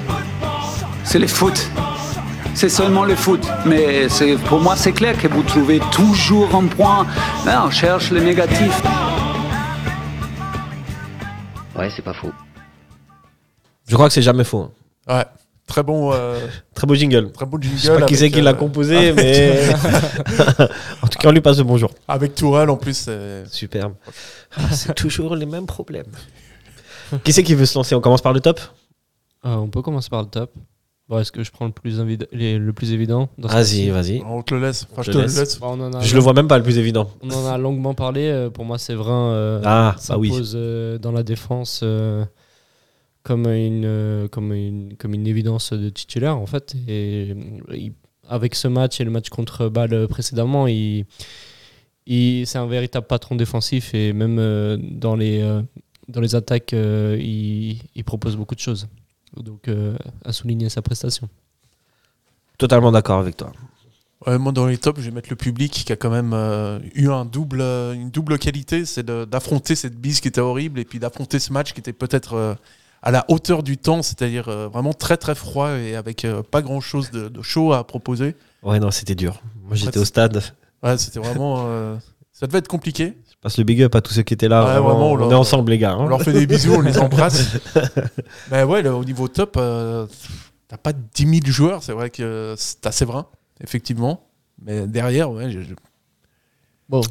C'est le foot. C'est seulement le foot. Mais c'est- pour moi, c'est clair que vous trouvez toujours un point. Hein, on cherche le négatif.
Ouais, c'est pas faux.
Je crois que c'est jamais faux. hein.
ouais. Très bon, euh,
Très beau jingle.
très bon jingle.
Je sais pas qui
avec,
c'est qui l'a
euh,
composé, mais. [laughs] en tout cas, on lui passe le bonjour.
Avec Tourelle en plus. c'est-
Superbe. Ah, c'est toujours les mêmes problèmes. Qui c'est qui veut se lancer On commence par le top
Euh, on peut commencer par le top. Bon, Est-ce que je prends le plus, invid- les- le plus évident dans ce
Vas-y,
cas-ci
vas-y.
On te le laisse. Enfin, je
Je
te le
laisse.
laisse.
Bon, on, en a,
Je le vois même pas, le plus évident.
on en a longuement parlé. euh, Pour moi, Séverin euh,
Ah, bah oui.
s'impose euh, dans la défense euh, comme, une, euh, comme, une, comme une évidence de titulaire, en fait. Et euh, il- avec ce match et le match contre Bâle euh, précédemment, il, il- c'est un véritable patron défensif et même euh, dans, les, euh, dans les attaques, euh, il, il propose beaucoup de choses. Donc, euh, à souligner sa prestation.
Totalement d'accord avec toi.
Ouais, moi, dans les tops, je vais mettre le public qui a quand même euh, eu un double, euh, une double qualité, c'est de- d'affronter cette bise qui était horrible et puis d'affronter ce match qui était peut-être euh, à la hauteur du temps, c'est-à-dire euh, vraiment très très froid et avec euh, pas grand-chose de, de chaud à proposer.
Ouais, non, c'était dur. Moi, j'étais
Après,
au stade.
Ouais, c'était vraiment... euh, ça devait être compliqué.
Je passe le big up à tous ceux qui étaient là.
Ouais,
vraiment,
vraiment, on
on,
leur-
est ensemble, les gars. hein.
On leur fait des bisous, on les embrasse. Mais ouais, là, au niveau top, euh, t'as pas 10 000 joueurs, c'est vrai que euh, c'est- t'as Séverin, effectivement. Mais derrière, ouais, je- je-
Bon,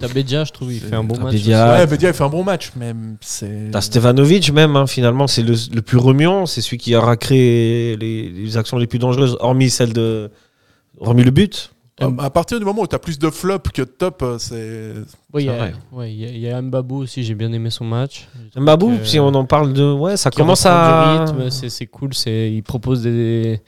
Tabedja, je trouve, il fait un bon match.
Tabedja,
ouais,
Ah,
Bedia, il fait un bon match, mais c'est.
T'as Stevanovic même, hein, finalement, c'est le, le plus remuant, c'est celui qui aura créé les, les actions les plus dangereuses, hormis celle de... Hormis le but.
Euh, À, à partir du moment où t'as plus de flop que de top, euh, c'est.
Oui, il y
C'est
a-
vrai.
ouais, il y a- il y a Mbabou aussi, j'ai bien aimé son match.
Mbabou,
Euh,
si on en parle de... Ouais, ça
qui
commence
reprend
à...
du rythme, c'est- C'est cool, c'est il propose des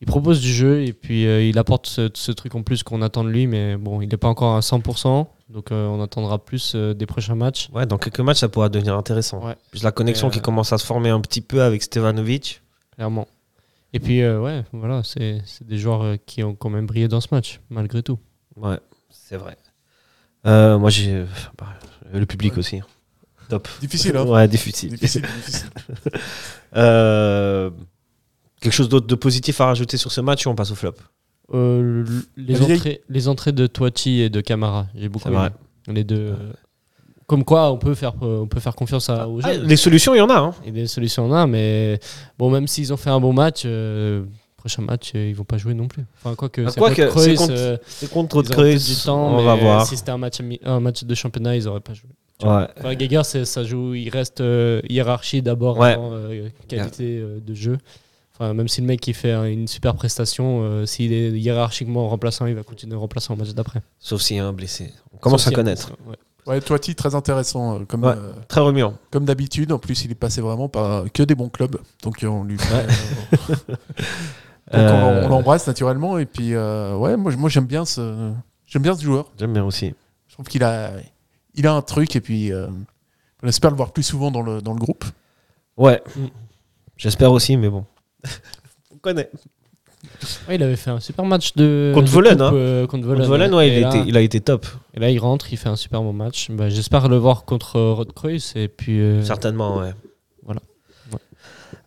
il propose du jeu et puis euh, il apporte ce, ce truc en plus qu'on attend de lui, mais bon, il n'est pas encore à 100%, donc euh, on attendra plus euh, des prochains matchs.
Ouais, dans quelques matchs, ça pourra devenir intéressant.
Ouais.
Puis la connexion
Et, euh,
qui commence à se former un petit peu avec Stevanovic.
Clairement. Et puis euh, ouais, voilà, c'est c'est des joueurs euh, qui ont quand même brillé dans ce match, malgré tout.
Ouais, c'est vrai. Euh, moi, j'ai... bah, le public aussi. Top.
Difficile, hein.
Ouais, difficile.
Difficile, difficile.
Euh, quelque chose d'autre de positif à rajouter sur ce match ou on passe au flop
Euh, l- les,
La vieille-
entrées, les entrées de Toiti et de Camara, j'ai beaucoup
C'est vrai.
aimé. Les deux. euh, Comme quoi, on peut faire, euh, on peut faire confiance à, aux
Ah,
jeunes.
Les solutions, il y en a. hein.
et des solutions en a, mais bon, même s'ils ont fait un bon match, euh, prochain match, euh, ils vont pas jouer non plus. Enfin, quoi que,
Ah,
c'est
quoi
contre
que,
Creuse,
c'est contre-
euh,
C'est contre
ils auront peut-être
Creus,
du temps,
on
mais
va voir.
Si c'était un match, ami- un match de championnat, ils auraient pas joué.
Ouais.
Enfin, Geiger, c'est- ça joue, il reste euh, hiérarchie d'abord,
Ouais.
avant, euh, qualité euh, de jeu. Enfin, même si le mec il fait euh, une super prestation, euh, s'il est hiérarchiquement remplaçant, il va continuer remplaçant au match d'après.
Sauf s'il y a un blessé. On commence
Sauf
à
s'il y a-
connaître.
Ouais.
Ouais, Toiti, très intéressant, euh, comme,
Ouais.
euh,
Très remuant.
comme d'habitude. En plus, il est passé vraiment par euh, que des bons clubs. Donc, euh, on lui. Donc, on-
[laughs] Euh,
on l'embrasse naturellement. Et puis, euh, ouais, moi, moi j'aime bien ce. J'aime bien ce joueur.
J'aime bien aussi.
Je trouve qu'il a, il a un truc et puis euh, on espère le voir plus souvent dans le, dans le groupe.
Ouais.
Mm.
J'espère aussi, mais bon. [laughs] on connaît.
Ouais, il avait fait un super match de.
Contre
de
Velen,
coupe,
hein.
euh, contre Velen,
Contre Volen, ouais,
Et
il,
là-
a été, il a été top.
Et là, il rentre, il fait un super bon match. Bah, J'espère le voir contre euh, Rodcreuz. Et puis, euh,
Certainement, ouais.
Voilà. Ouais.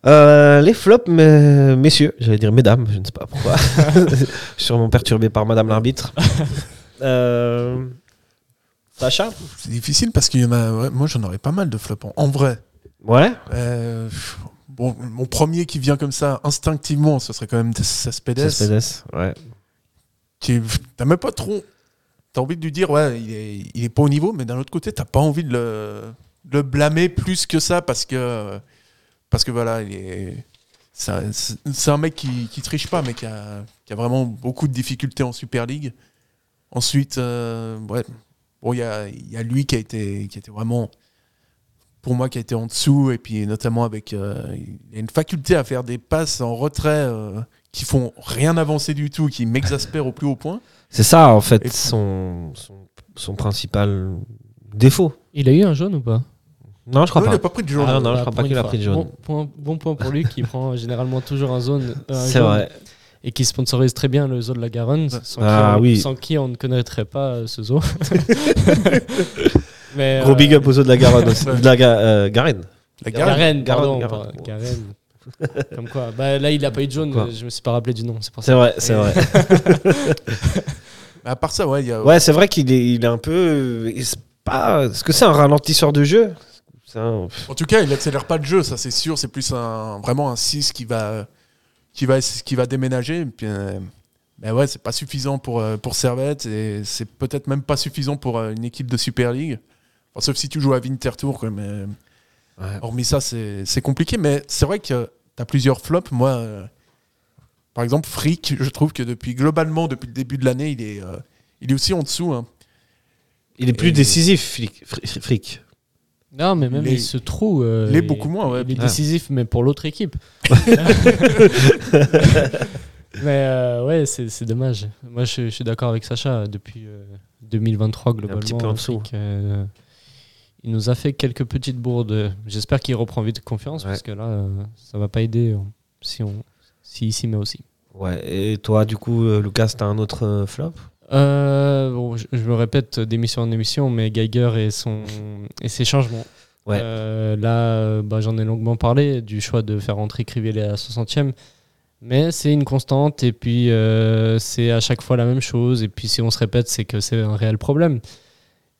Euh, les flops, mais- messieurs, j'allais dire mesdames, je ne sais pas pourquoi. Sûrement perturbé par madame l'arbitre. Euh, Sacha
C'est difficile parce que moi j'en aurais pas mal de flops en, en vrai.
Ouais.
Euh, bon, mon premier qui vient comme ça instinctivement, ce serait quand même
C'est
Cespedes.
Cespedes, ouais.
qui est- T'as même pas trop. T'as envie de lui dire, ouais, il est, il est pas au niveau, mais d'un autre côté, t'as pas envie de le, de le blâmer plus que ça parce que. Parce que voilà, il est. C'est un- c'est un mec qui, qui triche pas, mais qui a, qui a vraiment beaucoup de difficultés en Super League. Ensuite, euh, ouais, bon, il y a, il y a lui qui a été, qui a été vraiment, pour moi, qui a été en dessous, et puis notamment avec, euh, il a une faculté à faire des passes en retrait euh, qui font rien avancer du tout, qui m'exaspèrent au plus haut point.
C'est ça, en
Et-
fait, son, son, son principal défaut.
il a eu un jaune ou pas
Non, je crois
Non, il
pas.
n'a pas pris de jaune.
Ah non, je
Bah,
crois
pour
pas
une
qu'il a
fois.
pris de jaune.
Bon point, bon point pour lui qui [laughs] prend généralement toujours un zone. un
C'est
jaune
vrai.
Et qui sponsorise très bien le zoo de la Garonne. Sans,
Ah,
qui, on,
oui.
sans qui on ne connaîtrait pas euh,
[laughs]
ce zoo. Mais,
Gros
euh,
big up aux eaux de la [laughs] Garonne aussi. de la Ga- euh, Garenne.
La garde.
Garonne,
Garonne,
pardon.
Garonne.
par- Garonne. Comme quoi. Bah, là, il a pas eu de jaune.
Quoi
mais Je me suis pas rappelé du nom. C'est pour ça.
C'est vrai, c'est vrai.
Mais à part ça, ouais, il y a.
Ouais, c'est vrai qu'il est, il est un peu. il se- pas- Est-ce que c'est un ralentisseur de jeu C'est un-
En tout cas, il n'accélère pas de jeu, ça c'est sûr. C'est plus un, vraiment un 6 qui va, qui va, qui va déménager. Et puis, euh, ben ouais, c'est pas suffisant pour, euh, pour Servette et c'est peut-être même pas suffisant pour euh, une équipe de Super League. Enfin, sauf si tu joues à Winterthur, quoi, mais hormis ça, c'est c'est compliqué. Mais c'est vrai que tu as plusieurs flops. Moi, euh, par exemple, Frick, je trouve que depuis globalement, depuis le début de l'année, il, est euh, il est aussi en dessous. hein.
Il est plus
Et-
décisif, Flic- Fri- Frick.
Non, mais même
Les-
il se trouve. euh,
les beaucoup moins, ouais.
Il est
Ah.
décisif, mais pour
[laughs]
l'autre équipe. mais euh, ouais, c'est c'est dommage. Moi, je, je suis d'accord avec Sacha. Depuis euh, 2023, globalement,
petit peu en dessous.
Flick, euh, il nous a fait quelques petites bourdes. J'espère qu'il reprend vite confiance,
Ouais.
parce que là, euh, ça va pas aider euh, si on. Si ici, mais aussi.
Ouais, et toi, du coup, euh, Lucas, t'as un autre euh, flop
Euh, bon, je, je me répète d'émission en émission, mais Geiger et, son, et ses changements.
Ouais.
Euh, là, euh, bah, j'en ai longuement parlé du choix de faire entrer Crivelli à la 60e. Mais c'est une constante et puis euh, c'est à chaque fois la même chose. Et puis si on se répète, c'est que c'est un réel problème.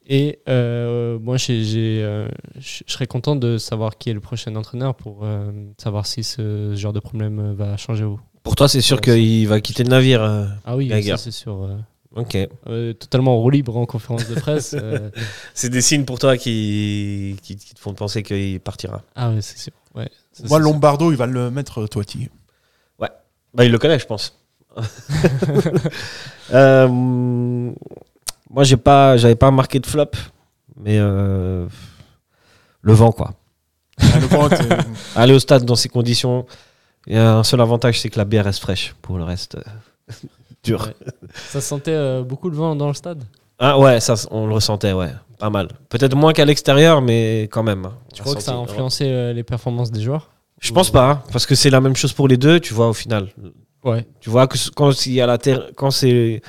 Et euh, moi, j'ai- j'ai, euh, je je serais content de savoir qui est le prochain entraîneur pour euh, savoir si ce genre de problème euh, va changer. ou-
Pour toi, c'est sûr
Ouais,
qu'il va quitter le navire. euh,
Ah oui,
Geiger.
ça, c'est sûr. euh,
Ok.
euh, totalement en roue libre en conférence de presse.
[laughs]
euh,
C'est des signes pour toi qui, qui, qui te font penser qu'il partira.
Ah ouais, c'est sûr. Ouais, ça, c'est
Moi,
sûr.
Lombardo, il va le mettre,
[laughs]
euh, Toiti.
Bah, il le connaît, je pense. [laughs] Euh, moi, j'ai pas, j'avais pas marqué de flop, mais euh, le vent, quoi.
Ah, le grand, euh,
Aller au stade dans ces conditions, il y a un seul avantage, c'est que la bière reste fraîche. Pour le reste, euh, dur.
Ouais. Ça sentait euh, beaucoup le vent dans le stade.
Ah ouais, ça, on le ressentait, ouais, pas mal. Peut-être moins qu'à l'extérieur, mais quand même. hein, on
Tu
l'a
crois que ça a
senti.
influencé euh, les performances des joueurs
Je pense pas, hein, parce que c'est la même chose pour les deux, tu vois, au final.
Ouais.
Tu vois que c- quand il y a la terre, quand c'est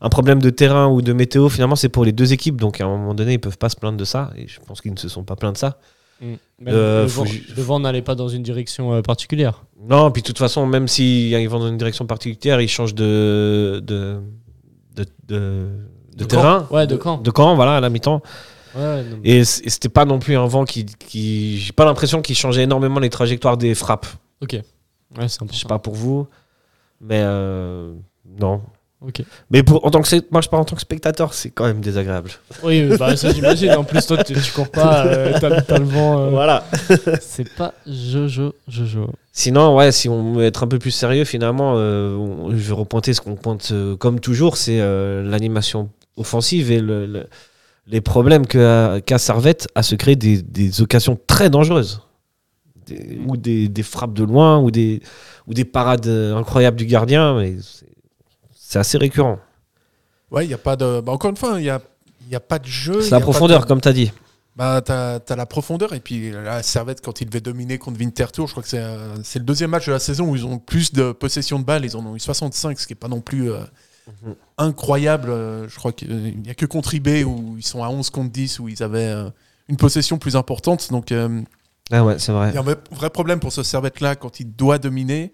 un problème de terrain ou de météo, finalement c'est pour les deux équipes. Donc à un moment donné, ils peuvent pas se plaindre de ça. Et je pense qu'ils ne se sont pas plaints de ça.
Hmm. Même
Euh,
le,
faut
vent,
ju-
le vent n'allait pas dans une direction euh, particulière.
Non, puis de toute façon, même s'ils ils vont dans une direction particulière, ils changent de de de, de- de
De camp.
terrain.
Ouais, de camp.
De camp, voilà, à la mi-temps.
Ouais, ouais, non, mais-
Et c- et c'était pas non plus un vent qui, qui j'ai pas l'impression qu'il changeait énormément les trajectoires des frappes.
Ok. Ouais, c'est important.
Je sais pas pour vous, mais euh, non.
Ok.
Mais pour, en tant que, c'est- moi, je parle en tant que spectateur, c'est quand même désagréable.
Oui, euh, bah, ça j'imagine. En plus, toi, tu, tu cours pas, euh, t'as t'as le vent. euh,
Voilà.
C'est pas Jojo, Jojo.
Sinon, ouais, si on veut être un peu plus sérieux, finalement, euh, on- je vais repointer ce qu'on pointe euh, comme toujours, c'est euh, l'animation offensive et le- le- les problèmes que- euh, qu'a Servette à se créer des, des occasions très dangereuses. Des- ou des, des frappes de loin, ou des, ou des parades euh, incroyables du gardien. mais c'est- C'est assez récurrent.
ouais, il y a pas de. bah, encore une fois, il y a, il y a pas de jeu. il
C'est
y a
la
pas
profondeur,
de-
comme tu as dit.
Bah, t'as as la profondeur et puis la Servette quand il devait dominer contre Winterthur, je crois que c'est euh, c'est le deuxième match de la saison où ils ont le plus de possession de balles, ils en ont eu 65, ce qui est pas non plus euh, incroyable. Euh, Je crois qu'il n'y a que contre IB où ils sont à 11 contre 10 où ils avaient euh, une possession plus importante. Donc euh,
Ah ouais, c'est vrai.
il y a un vrai- vrai problème pour ce Servette là quand il doit dominer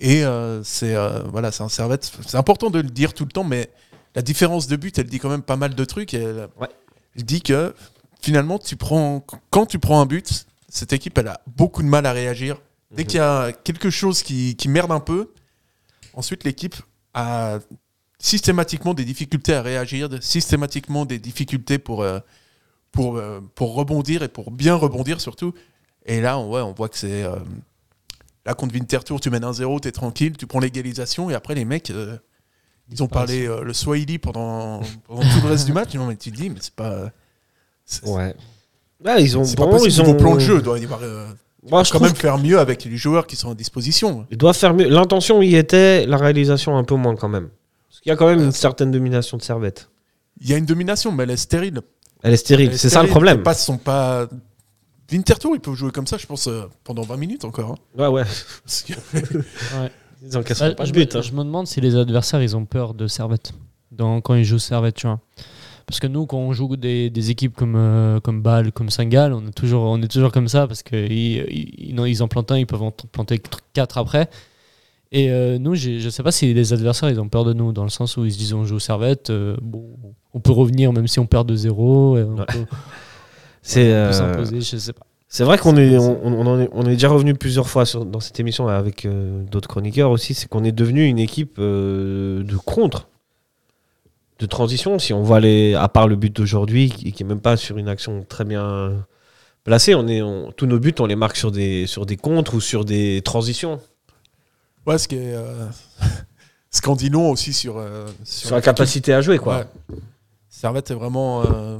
et euh, c'est euh, voilà c'est un Servette. C'est important de le dire tout le temps, mais la différence de but, elle dit quand même pas mal de trucs. Elle,
Ouais.
elle dit que finalement, tu prends, quand tu prends un but, cette équipe, elle a beaucoup de mal à réagir. Dès
Mhm.
qu'il y a quelque chose qui, qui merde un peu, ensuite l'équipe a systématiquement des difficultés à réagir, de- systématiquement des difficultés pour, euh, pour, euh, pour rebondir et pour bien rebondir surtout. Et là, on, ouais, on voit que c'est... euh, là, contre Winterthur, tu mènes 1-0, t'es tranquille, tu prends l'égalisation et après, les mecs... euh, ils ont parlé euh, le Swahili pendant, pendant tout le reste du match. Non, mais tu te dis, mais c'est pas. euh, C'est
Ouais. Ouais, ils ont
c'est
bon,
pas possible.
ils ont
Niveau plan de jeu, il doit y avoir, euh,
Moi, je
quand
trouve
même faire mieux avec les joueurs qui sont à disposition.
qu'ils doivent faire mieux. L'intention y était, la réalisation un peu moins quand même. Parce qu'il y a quand même
Euh,
une certaine domination de Servette.
Il y a une domination, mais elle est stérile.
Elle est
Elle
stérile,
est
c'est ça le
stérile.
problème.
Les passes sont pas. Winterthur, ils peuvent jouer comme ça, je pense, euh, pendant 20 minutes encore. hein.
Ouais, [laughs] ouais.
Parce que-
Ils encaissent
Bah,
pas
je,
de but.
me,
hein.
je me demande si les adversaires ils ont peur de Servette dans, quand ils jouent Servette, tu vois. Parce que nous, quand on joue des, des équipes comme, euh, comme Bâle, comme Saint-Gall, on, est toujours- on est toujours comme ça parce qu'ils ils, ils- non, ils en plantent un, ils peuvent en t- planter 4 après. Et euh, nous, j'ai- je sais pas si les adversaires ils ont peur de nous, dans le sens où ils se disent on joue Servette, euh, bon, on peut revenir même si on perd de 0, et on
Ouais.
peut,
C'est
on peut
euh,
s'imposer, je sais pas.
C'est vrai qu'on est, on, on en est, on est déjà revenu plusieurs fois sur- dans cette émission avec euh, d'autres chroniqueurs aussi, c'est qu'on est devenu une équipe euh, de contre, de transition. Si on voit les, à part le but d'aujourd'hui, qui, qui est même pas sur une action très bien placée, on est, on- tous nos buts, on les marque sur des, sur des contres ou sur des transitions,
Ouais, ce qui est. euh, [laughs] ce qu'en dit long aussi sur. euh,
sur, la capacité à jouer, quoi.
Ouais. Servette est vraiment. euh,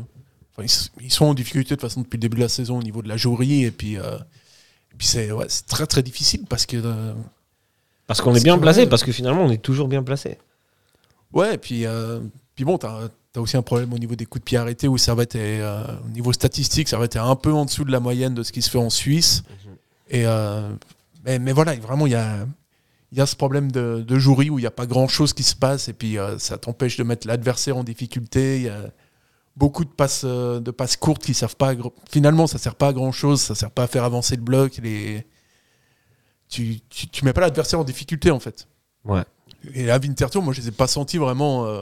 enfin, ils, s- ils sont en difficulté de toute façon depuis le début de la saison au niveau de la jouerie. Et puis, euh, et puis c'est ouais, c'est très très difficile parce que. euh,
Parce qu'on est
Parce
bien
que,
placé,
ouais.
parce que finalement, on est toujours bien placé.
ouais, et puis, euh, puis bon, t'as as aussi un problème au niveau des coups de pied arrêtés où Servette est. euh, au niveau statistique, Servette est un peu en dessous de la moyenne de ce qui se fait en Suisse. Et, euh, mais, mais voilà, vraiment, il y a. Il y a ce problème de, de jouerie où il n'y a pas grand-chose qui se passe et puis euh, ça t'empêche de mettre l'adversaire en difficulté. Il y a- beaucoup de passes, euh, de passes courtes qui servent pas à gr- finalement ça sert pas à grand chose ça sert pas à faire avancer le bloc les tu, tu, tu mets pas l'adversaire en difficulté en fait
Ouais.
et à Winterthur moi je les ai pas sentis vraiment euh,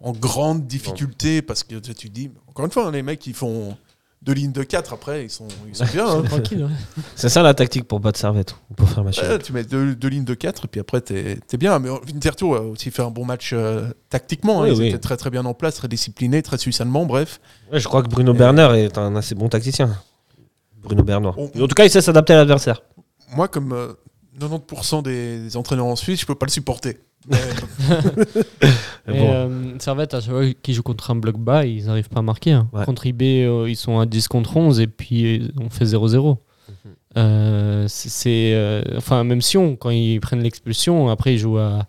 en grande difficulté parce que tu tu te dis encore une fois hein, les mecs ils font deux lignes de 4 après ils sont, ils sont bien hein.
Tranquille, ouais.
C'est ça la tactique pour battre Servette, ou pour faire match.
Ouais, tu mets deux, deux lignes de 4 et puis après t'es es bien mais Winterthur a aussi fait un bon match euh, tactiquement hein.
Oui,
ils
oui.
étaient très très bien en place très disciplinés très suisse allemand bref
Ouais, je crois que Bruno
Et-
Berner est un assez bon tacticien. Bruno Berner.
On-
En tout cas, il sait s'adapter à l'adversaire.
moi, comme euh, 90% des, des entraîneurs en Suisse, je peux pas
[laughs]
le supporter. Mais,
Mais
Et,
bon.
euh, Servette, à chaque fois qu'ils jouent contre un bloc bas, ils n'arrivent pas à marquer. hein.
Ouais.
Contre IB, euh, ils sont à 10 contre 11 et puis euh, on fait 0-0. Euh, c'est- c'est euh, enfin même si on quand ils prennent l'expulsion après ils jouent à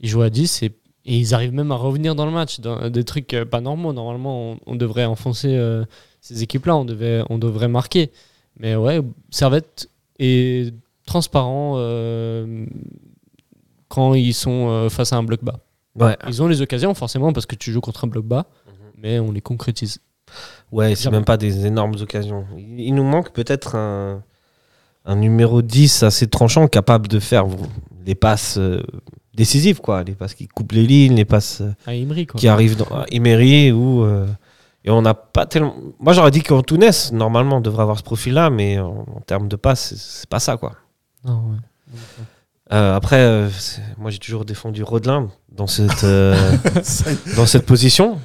ils jouent à 10 et, et ils arrivent même à revenir dans le match dans- des trucs euh, pas normaux normalement on, on devrait enfoncer euh, ces équipes là on devait on devrait marquer mais ouais Servette est transparent euh, quand ils sont euh, face à un bloc bas
Ouais,
Ah. ils ont les occasions, forcément, parce que tu joues contre un bloc bas,
Mhm.
mais on les concrétise.
ouais c'est
Jamais.
même pas des énormes occasions. Il, il nous manque peut-être un, un numéro 10 assez tranchant, capable de faire les passes euh, décisives, quoi. Les passes qui coupent les lignes, les passes euh,
À Imri, quoi.
qui arrivent dans, à Emery ou. euh, et on n'a pas tellement. Moi, j'aurais dit qu'Antunes, normalement, devrait avoir ce profil-là, mais en, en termes de passes, c'est- c'est pas ça, quoi.
Non, ouais.
Euh, après, euh, c'est- moi j'ai toujours défendu Rodelin dans cette, euh,
c'est
dans cette position.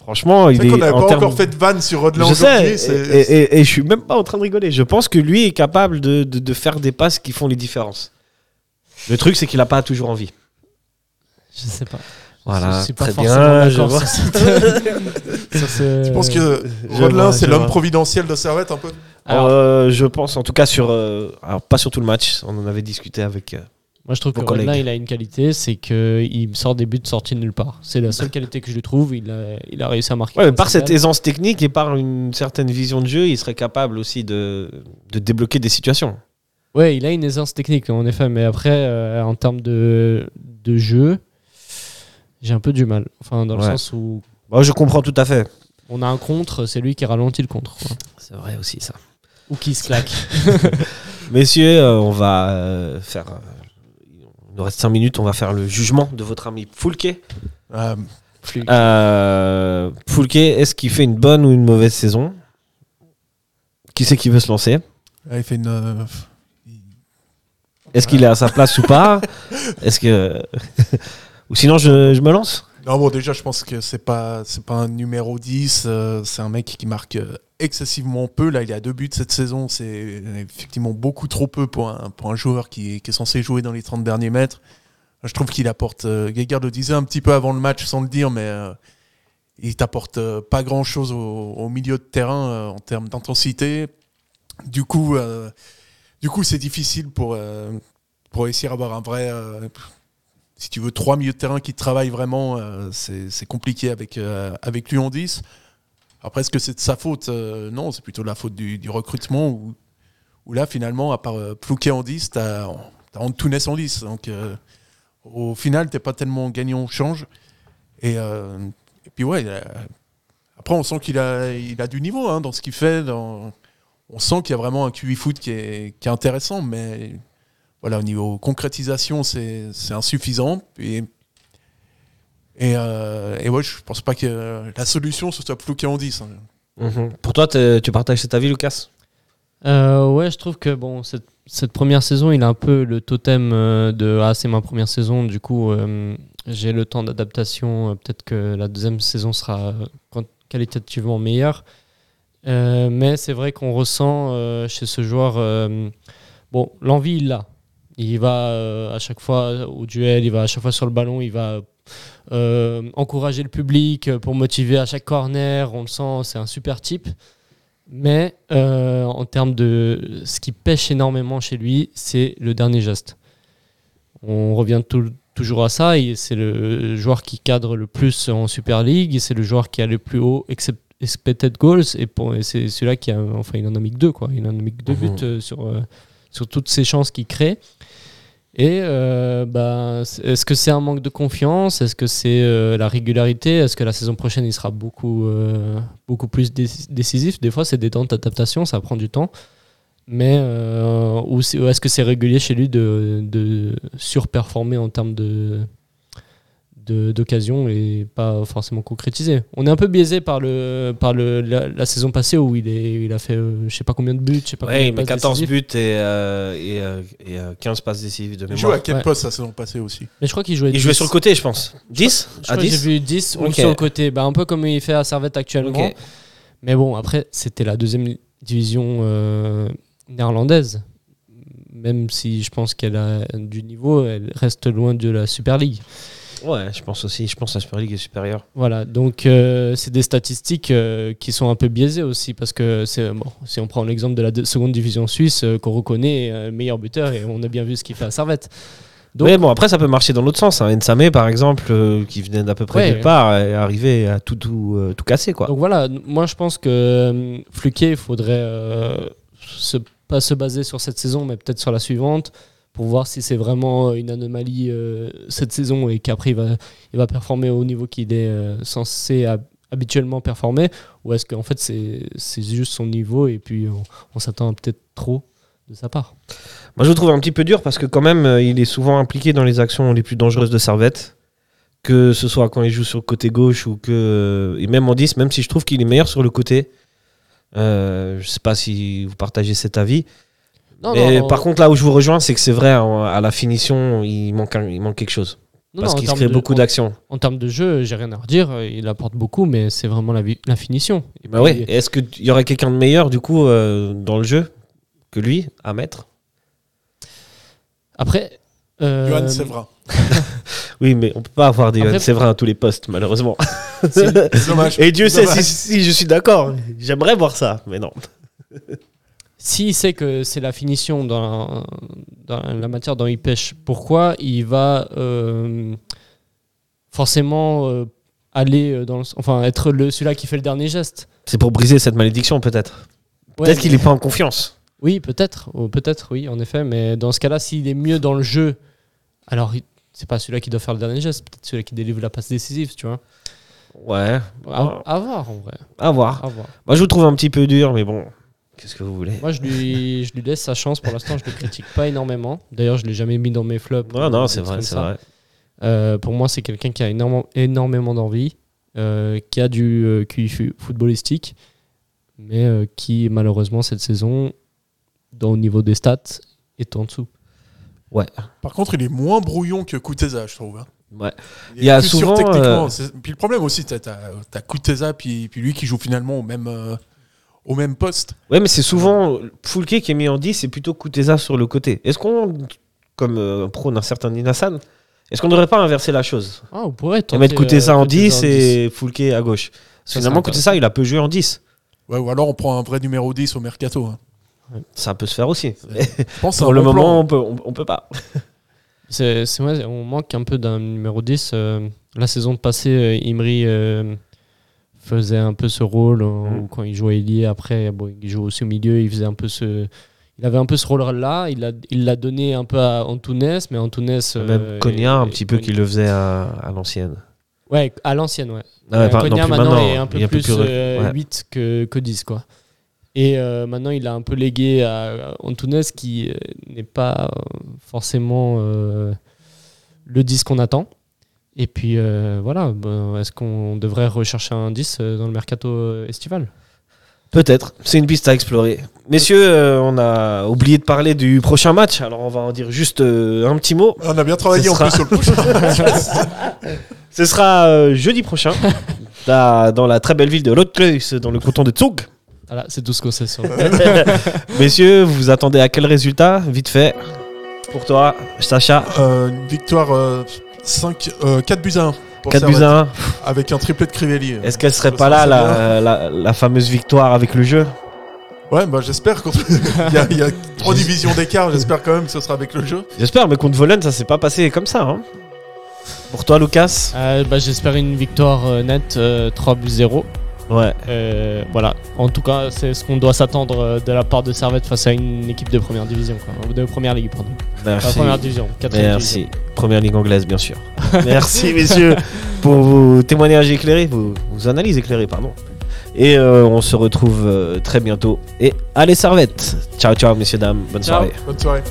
Franchement,
c'est
il est.
qu'on n'avait
en
pas
termes-
encore fait de vanne sur Rodelin
Je sais,
aujourd'hui.
et,
c'est-
et, et- et je suis même pas en train de rigoler. Je pense que lui est capable de, de- de faire des passes qui font les différences. Le truc, c'est qu'il n'a pas toujours envie.
Je sais pas.
Voilà,
je suis pas
très
forcément
bien. Je
d'accord
vois.
sur
[laughs]
cette- sur ce-
Je pense que
euh, je
Rodelin,
vois,
c'est
je
l'homme
vois.
providentiel de Servette un peu.
Alors,
Euh, je pense, en tout cas, sur. euh, alors, pas sur tout le match. On en avait discuté avec. euh,
moi, je trouve que
vos collègues.
Rodelin, il a une qualité, c'est qu'il me sort des buts sortis de nulle part. C'est la seule qualité que je lui trouve. Il a, il a réussi à marquer.
Ouais, mais par cette
Servette.
aisance technique et par une certaine vision de jeu, il serait capable aussi de, de débloquer des situations.
Ouais, il a une aisance technique, en effet, mais après, euh, en termes de, de jeu, j'ai un peu du mal. Enfin, dans
Ouais.
le sens où
Bon, Bah, je comprends tout à fait.
on a un contre, c'est lui qui ralentit le contre. quoi.
C'est vrai aussi, ça.
Ou qui se
[laughs]
claque.
Messieurs, euh, on va euh, faire. euh, il nous reste 5 minutes, on va faire le jugement de votre ami Foulquet.
Euh,
Ah, Euh, Foulquet, est-ce qu'il fait une bonne ou une mauvaise saison Qui c'est qui veut se lancer
il fait une. euh,
Est-ce qu'il est à sa place ou [laughs] pas Est-ce que. [laughs] ou sinon, je, je me lance
Non, bon, déjà, je pense que c'est pas, c'est pas un numéro 10. euh, c'est un mec qui marque euh, excessivement peu. Là, il a deux buts cette saison. C'est euh, effectivement beaucoup trop peu pour un, pour un joueur qui, est- qui est censé jouer dans les 30 derniers mètres. Je trouve qu'il apporte. Euh, Guéguerre le disait un petit peu avant le match sans le dire, mais euh, il t'apporte euh, pas grand chose au, au milieu de terrain euh, en termes d'intensité. Du coup, euh, du coup, c'est difficile pour, euh, pour essayer d'avoir un vrai. euh, si tu veux trois milieux de terrain qui travaillent vraiment, euh, c'est c'est compliqué avec, euh, avec lui en 10. Après, est-ce que c'est de sa faute Euh, Non, c'est plutôt de la faute du, du recrutement où, où là, finalement, à part euh, Plouquet en 10, tu as, Antunes en 10. Donc, euh, au final, tu pas tellement gagnant au change. Et, euh, et puis, ouais, il a- après, on sent qu'il a, il a du niveau hein, dans ce qu'il fait. dans- on sent qu'il y a vraiment un QI foot qui est, qui est intéressant, mais voilà, au niveau concrétisation, c'est c'est insuffisant. Et, et, euh, et ouais, je pense pas que la solution, ce soit Plouquet en 10. hein.
Pour toi, t'es- tu partages cet avis, Lucas
Euh, ouais, je trouve que bon, cette, cette première saison, il a un peu le totem euh, de Ah, c'est ma première saison, du coup, euh, j'ai le temps d'adaptation. euh, Peut-être que la deuxième saison sera euh, quand- qualitativement meilleure. Euh, mais c'est vrai qu'on ressent euh, chez ce joueur, euh, bon, l'envie, il l'a. Il va euh, à chaque fois au duel, il va à chaque fois sur le ballon, il va euh, encourager le public euh, pour motiver à chaque corner. On le sent, c'est un super type. Mais euh, en termes de ce qui pêche énormément chez lui, c'est le dernier geste. On revient tou- toujours à ça. et C'est le joueur qui cadre le plus en Super League. et C'est le joueur qui a le plus haut except- expected goals. Et, pour- et c'est celui-là qui a. Enfin, il en a mis que deux, quoi. Il en a mis que deux
Mhm.
buts euh, sur, euh, sur toutes ces chances qu'il crée. Et euh, bah, c'est- est-ce que c'est un manque de confiance Est-ce que c'est euh, la régularité Est-ce que la saison prochaine, il sera beaucoup, euh, beaucoup plus dé- décisif Des fois, c'est des temps d'adaptation, ça prend du temps. Mais euh, ou c'est- ou est-ce que c'est régulier chez lui de, de surperformer en termes de de- d'occasion et pas forcément concrétiser. On est un peu biaisé par le par le la, la saison passée où il est il a fait euh, je sais pas combien de buts, je sais pas
Ouais,
combien
il
de
met
passes
14
décisives.
buts et, euh, et, euh, et, euh, 15 passes décisives de
Il joue
mémoire.
à quel
Ouais.
poste la saison passée aussi
Mais je crois qu'il jouait
Il jouait
10.
sur le côté, je pense. 10
Je
À
crois que j'ai
10
vu 10 ou
Ok.
sur le côté, bah, un peu comme il fait à Servette actuellement.
Ok.
Mais bon, après, c'était la deuxième division euh, néerlandaise. Même si je pense qu'elle a du niveau, elle reste loin de la Super League.
Ouais, je pense aussi. Je pense à la Super League est supérieure.
Voilà, donc euh, c'est des statistiques euh, qui sont un peu biaisées aussi, parce que c'est, bon, si on prend l'exemple de la deux- seconde division suisse, euh, qu'on reconnaît euh, meilleur buteur, et on a bien vu ce qu'il fait à Servette. Donc-
ouais, bon, après, ça peut marcher dans l'autre sens. Hein. Nsame, par exemple, euh, qui venait d'à peu près
Ouais.
nulle part, est arrivé à tout, tout, euh, tout casser, quoi.
Donc voilà, n- moi je pense que euh, Fluquet, il faudrait euh, se, pas se baser sur cette saison, mais peut-être sur la suivante, pour voir si c'est vraiment une anomalie euh, cette saison et qu'après il va, il va performer au niveau qu'il est euh, censé hab- habituellement performer, ou est-ce qu'en fait c'est c'est juste son niveau et puis on, on s'attend à peut-être trop de sa part.
Moi, je le trouve un petit peu dur parce que, quand même, euh, il est souvent impliqué dans les actions les plus dangereuses de Servette. Que ce soit quand il joue sur le côté gauche ou que. Et même en 10, même si je trouve qu'il est meilleur sur le côté. Euh, je sais pas si vous partagez cet avis.
Non,
mais
non,
par contre, là où je vous rejoins, c'est que c'est vrai, en- à la finition, il manque, un- il manque quelque chose.
non,
parce
non, en
qu'il se
termes
crée
de-
beaucoup
en-
d'actions.
En termes de jeu, j'ai rien à redire, euh, il apporte beaucoup, mais c'est vraiment la, vi- la finition. Et
Bah
puis-
ouais. Est-ce qu'il y aurait quelqu'un de meilleur du coup euh, dans le jeu que lui à mettre
Après. euh,
[laughs]
Johan Sevra.
Oui, mais on peut pas avoir des
Après-
Johan Séverin à tous les postes malheureusement. [laughs]
Dommage.
Et Dieu sait
Dommage.
si, si je suis d'accord. J'aimerais voir ça, mais non.
S'il sait que c'est la finition dans la, dans la matière dont il pêche, pourquoi il va euh, forcément euh, aller euh, dans le, enfin être le celui-là qui fait le dernier geste
C'est pour briser cette malédiction peut-être.
Ouais,
peut-être qu'il
mais-
est pas en confiance.
Oui, peut-être, ou peut-être, oui, en effet. Mais dans ce cas-là, s'il est mieux dans le jeu, alors il- c'est pas celui-là qui doit faire le dernier geste, peut-être celui qui délivre la passe décisive, tu vois.
Ouais.
À, à voir, en vrai,
À voir.
à voir.
Moi, je vous trouve un petit peu dur, mais bon. Qu'est-ce que vous voulez
Moi, je lui, je lui laisse sa chance. Pour l'instant, je le critique pas énormément. D'ailleurs, je l'ai jamais mis dans mes flops.
Non,
ou
non,
des
c'est
trucs
vrai,
comme
c'est
ça.
vrai.
Euh, pour moi, c'est quelqu'un qui a énormément, énormément d'envie, euh, qui a du euh, QI fu- footballistique, mais euh, qui, malheureusement, cette saison, dans, au niveau des stats, est en dessous.
Par contre, il est moins brouillon que Kuteza, je trouve. hein.
Ouais. Il y a
plus sûr
souvent,
techniquement.
euh,
C'est- Puis le problème aussi, t'as as, Kuteza, puis, puis lui qui joue finalement au même, euh, au même poste.
Ouais, mais c'est souvent Foulke qui est mis en 10 et plutôt Kuteza sur le côté. Est-ce qu'on, comme euh, prône un certain Ninasan, est-ce qu'on ne devrait pas inverser la chose
Ah, on pourrait
Et
tenter,
mettre Kuteza
euh,
ben, en 10
Kuteza
et Foulke à gauche Parce que
Ça,
Finalement,
c'est
Kuteza, il a peu joué en 10.
Ouais, ou alors on prend un vrai numéro 10 au mercato. hein.
Ça peut se faire aussi.
Je pense que c'est
Pour
un
le
bon plan.
moment, on peut, on, on peut pas.
C'est, c'est vrai, on manque un peu d'un numéro 10. euh, la saison passée, euh, Imri euh, faisait un peu ce rôle euh,
Mm.
où quand il jouait ailier. Après, bon, il jouait aussi au milieu. Il faisait un peu ce, il avait un peu ce rôle-là. Il l'a, il l'a donné un peu à Antunes, mais Antunes euh,
Même Konya,
est-
un petit peu,
est-
qui le faisait à, à l'ancienne.
Ouais, à l'ancienne, ouais.
Ah ouais,
Euh,
par- non,
Konya,
plus
maintenant,
maintenant,
est un peu
il est un peu
plus,
plus re-
euh,
ouais.
8 que, que 10, quoi. Et euh, maintenant, il a un peu légué à Antunes qui euh, n'est pas euh, forcément euh, le 10 qu'on attend. Et puis euh, voilà, ben, est-ce qu'on devrait rechercher un 10 euh, dans le mercato euh, estival
Peut-être. C'est une piste à explorer. Messieurs, euh, on a oublié de parler du prochain match, alors on va en dire juste euh, un petit mot.
On a bien travaillé
Ce
en
sera-
plus sur le
[laughs]
prochain.
Ce sera euh, jeudi
[laughs]
prochain, là, dans la très belle ville de Lotkleus, dans le canton de
[laughs]
Zug.
Voilà, c'est tout ce qu'on sait sur
[laughs] Messieurs, vous vous attendez à quel résultat Vite fait. Pour toi, Sacha,
Euh, une victoire 5, 4 buts à 1.
4 buts à 1.
Avec un triplé de Crivelli.
Est-ce qu'elle serait
Ça
pas là, la,
serait
la- la fameuse victoire avec le jeu
Ouais, bah j'espère. Contre... [laughs] il, y a, il y a trois divisions d'écart. J'espère quand même que ce sera avec le jeu.
J'espère, mais contre Volen, ça s'est pas passé comme ça. hein. Pour toi, Lucas
Euh, bah, J'espère une victoire euh, nette, euh, 3 buts 0.
Ouais.
Euh, voilà, en tout cas, c'est ce qu'on doit s'attendre euh, de la part de Servette face à une équipe de première division, quoi. de première ligue, pardon. Pas
Merci.
première division, quatrième division.
Merci. Première ligue anglaise, [laughs] bien sûr. Merci, messieurs, pour vos témoignages éclairés, vos, vos analyses éclairées, pardon. Et euh, on se retrouve euh, très bientôt. Et allez, Servette Ciao, ciao, messieurs, dames. Bonne
Ciao.
soirée.
Bonne soirée.